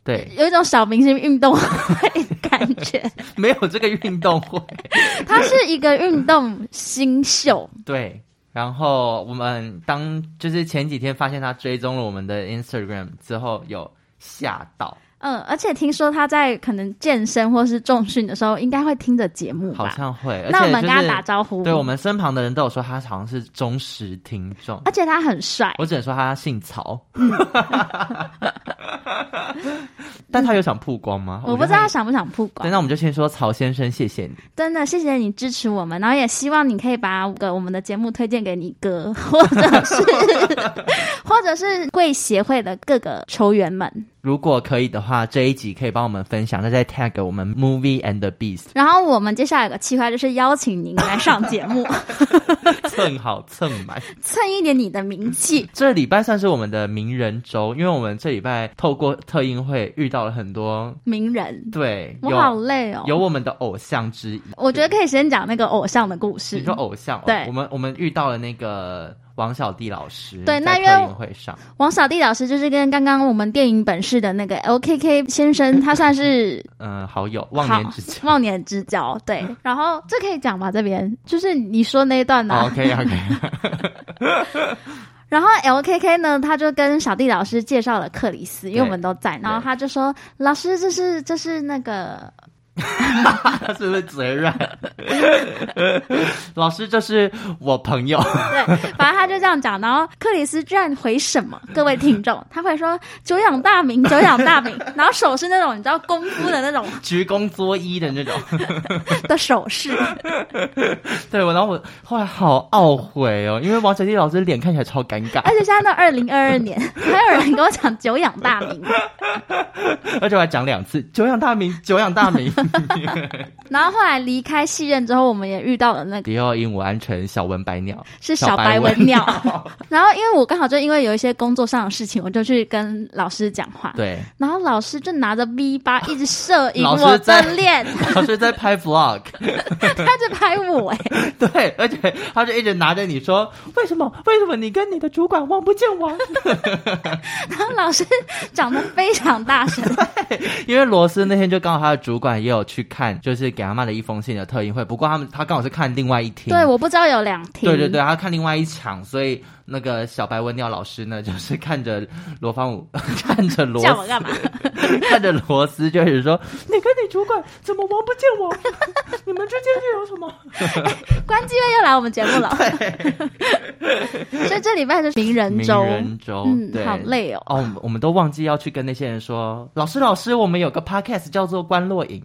Speaker 2: 对，
Speaker 1: 有一种小明星运动会的感觉。
Speaker 2: 没有这个运动会。
Speaker 1: 它是一个运动新秀，
Speaker 2: 对，然后我们当就是前几天发现他追踪了我们的 Instagram 之后，有吓到，
Speaker 1: 嗯，而且听说他在可能健身或是重训的时候，应该会听着节目
Speaker 2: 好
Speaker 1: 吧？
Speaker 2: 像会。而
Speaker 1: 那
Speaker 2: 且
Speaker 1: 我们跟他
Speaker 2: 就是
Speaker 1: 打招呼
Speaker 2: 对我们身旁的人都有说他好像是忠实听 众。
Speaker 1: 而且他很帅，
Speaker 2: 我只能说他姓 曹，但他有想曝光吗？
Speaker 1: 我不知
Speaker 2: 觉
Speaker 1: 道
Speaker 2: 得
Speaker 1: 他想不想曝
Speaker 2: 他。对，
Speaker 1: 光。
Speaker 2: 那我们就先说曹先生，谢谢你。
Speaker 1: 真的，谢谢你支持我们，然后也希望你可以把我个我们的节目推荐给你哥， 或 者是或者是贵协会的各个球员们。
Speaker 2: 如果可以的话，这一集可以帮我们分享，那再 tag 我们 Movie and the Beast，
Speaker 1: 然后我们接下来有个计划就是邀请您来上节目，
Speaker 2: 蹭好蹭满。
Speaker 1: 蹭一点你的名气。
Speaker 2: 这礼拜算是我们的名人周，因为我们这礼拜透过特映会遇到了很多
Speaker 1: 名人，
Speaker 2: 对
Speaker 1: 我好
Speaker 2: 有
Speaker 1: 累哦。
Speaker 2: 有我们的偶像之一。
Speaker 1: 我觉得可以先讲那个偶像的故事
Speaker 2: 你。说偶像，
Speaker 1: 对
Speaker 2: 我们我们遇到了那个王小弟老师，
Speaker 1: 对那
Speaker 2: 在
Speaker 1: 因为
Speaker 2: 特映会上，
Speaker 1: 王小弟老师就是跟刚刚我们电影本市的那个 LKK 先生，他算是
Speaker 2: 嗯、好友忘年之交。
Speaker 1: 忘年之交。对，然后这可以讲吧？这边就是你说那一段呢、
Speaker 2: OK OK，
Speaker 1: 然后 LKK 呢，他就跟小弟老师介绍了克里斯，因为我们都在。然后他就说：“老师，这是这是那个
Speaker 2: 他是不是嘴软？ 老师，这是我朋友，
Speaker 1: 对，反正他就这样讲。然后克里斯居然回什么？各位听众，他会说‘久仰大名，久仰大名’， 然后手是那种你知道功夫的那种
Speaker 2: 鞠躬作揖的那种。
Speaker 1: 的手势。”
Speaker 2: 对，我然后我后来好懊悔哦，因为王小弟老师脸看起来超尴尬
Speaker 1: 而，且现在到二零二二年，还有人跟我讲久仰大名，
Speaker 2: 而且我还讲两次“久仰大名，久仰大名”。
Speaker 1: 然后后来离开戏院之后，我们也遇到了那个
Speaker 2: 迪奥鹦鹉鹌鹑小文白 鸟
Speaker 1: 是小白文鸟， 然后因为我刚好就因为有一些工作上的事情，我就去跟老师讲话，
Speaker 2: 对，
Speaker 1: 然后老师就拿着 V 八一直摄影
Speaker 2: 老师
Speaker 1: 我
Speaker 2: 在
Speaker 1: 的脸，
Speaker 2: 老师在拍 vlog，
Speaker 1: 他一直拍我哎、
Speaker 2: 对，而且他就一直拿着你说为什么为什么你跟你的主管望不见我？
Speaker 1: 然后老师讲的非常大声，
Speaker 2: 嗯因为罗斯那天就刚好他的主管也有去看，就是给阿妈的一封信的特映会，不过他们他刚好是看另外一厅，
Speaker 1: 对，我不知道有两题，
Speaker 2: 对对对，他看另外一场，所以那个小白文鸟老师呢，就是看着罗芳武， 看着罗
Speaker 1: 叫我干嘛？
Speaker 2: 看着罗斯，就是说你跟你主管怎么望不见我？你们之间是有什么？
Speaker 1: 关机妹又来我们节目了， 所以这礼拜是名 人
Speaker 2: 名
Speaker 1: 周，
Speaker 2: 人周，
Speaker 1: 嗯
Speaker 2: 对，
Speaker 1: 好累哦
Speaker 2: 哦，我们我们都忘记要去跟那些人 说，老师，老师，我们有个 podcast 叫做《关落影》，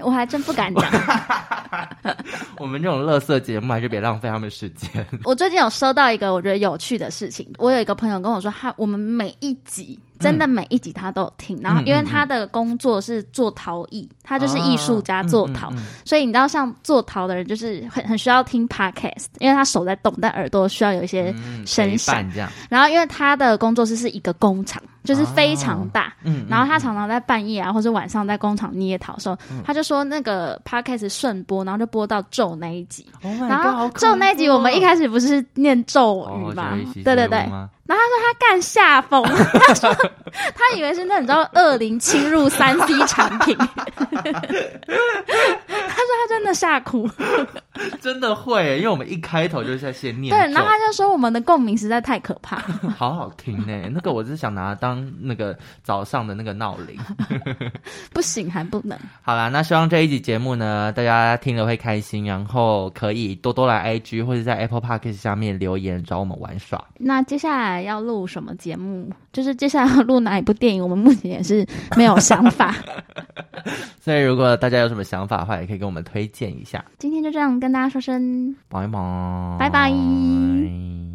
Speaker 1: 我还真不敢讲。
Speaker 2: 我们这种垃圾节目还是别浪费他们时间。
Speaker 4: 我最近有收到一个我觉得有趣的事情，我有一个朋友跟我说，他我们每一集
Speaker 2: 嗯
Speaker 4: 真的每一集他都有听，然后因为他的工作是做陶艺，他就是艺术家做陶，
Speaker 2: 啊嗯嗯嗯
Speaker 4: 所以你知道像做陶的人就是很很需要听 podcast，因为他手在动，但耳朵需要有一些
Speaker 2: 嗯
Speaker 4: 声
Speaker 2: 陪
Speaker 4: 响。
Speaker 2: 伴这样，
Speaker 4: 然后因为他的工作室是一个工厂，就是非常大，
Speaker 2: 嗯，
Speaker 4: 然后
Speaker 2: 嗯
Speaker 4: 他常常在半夜啊，或者晚上在工厂捏陶的时候，他就说那个 podcast 顺播，然后就播到咒哦那一集。
Speaker 2: Oh my
Speaker 4: 然
Speaker 2: God，好
Speaker 4: 后
Speaker 2: 恐
Speaker 4: 咒那一集，
Speaker 2: 怖
Speaker 4: 我们一开始不是念咒
Speaker 2: 哦
Speaker 4: 语
Speaker 2: 就
Speaker 4: 嘛？
Speaker 2: 一起
Speaker 4: 对对
Speaker 2: 食
Speaker 4: 对
Speaker 2: 物，吗
Speaker 4: 他干下风， 他说他以为是那你知道恶灵侵入三 C 产品， 他说他真的吓哭。
Speaker 2: 真的会，因为我们一开头就是在先念
Speaker 4: 对
Speaker 2: 咒，，
Speaker 4: 然后他就说我们的共鸣实在太可怕。
Speaker 2: 好好听呢。那个我是想拿来当那个早上的那个闹铃。
Speaker 4: 不行，还不能。
Speaker 2: 好啦，那希望这一集节目呢，大家听了会开心，然后可以多多来 IG 或者在 Apple Park 下面留言找我们玩耍。
Speaker 4: 那接下来要录什么节目？就是接下来要录哪一部电影？我们目前也是没有想 法。
Speaker 2: 所以如果大家有什么想法的话，也可以给我们推荐一下。
Speaker 4: 今天就这样跟大家说声
Speaker 2: 拜拜，
Speaker 4: 拜拜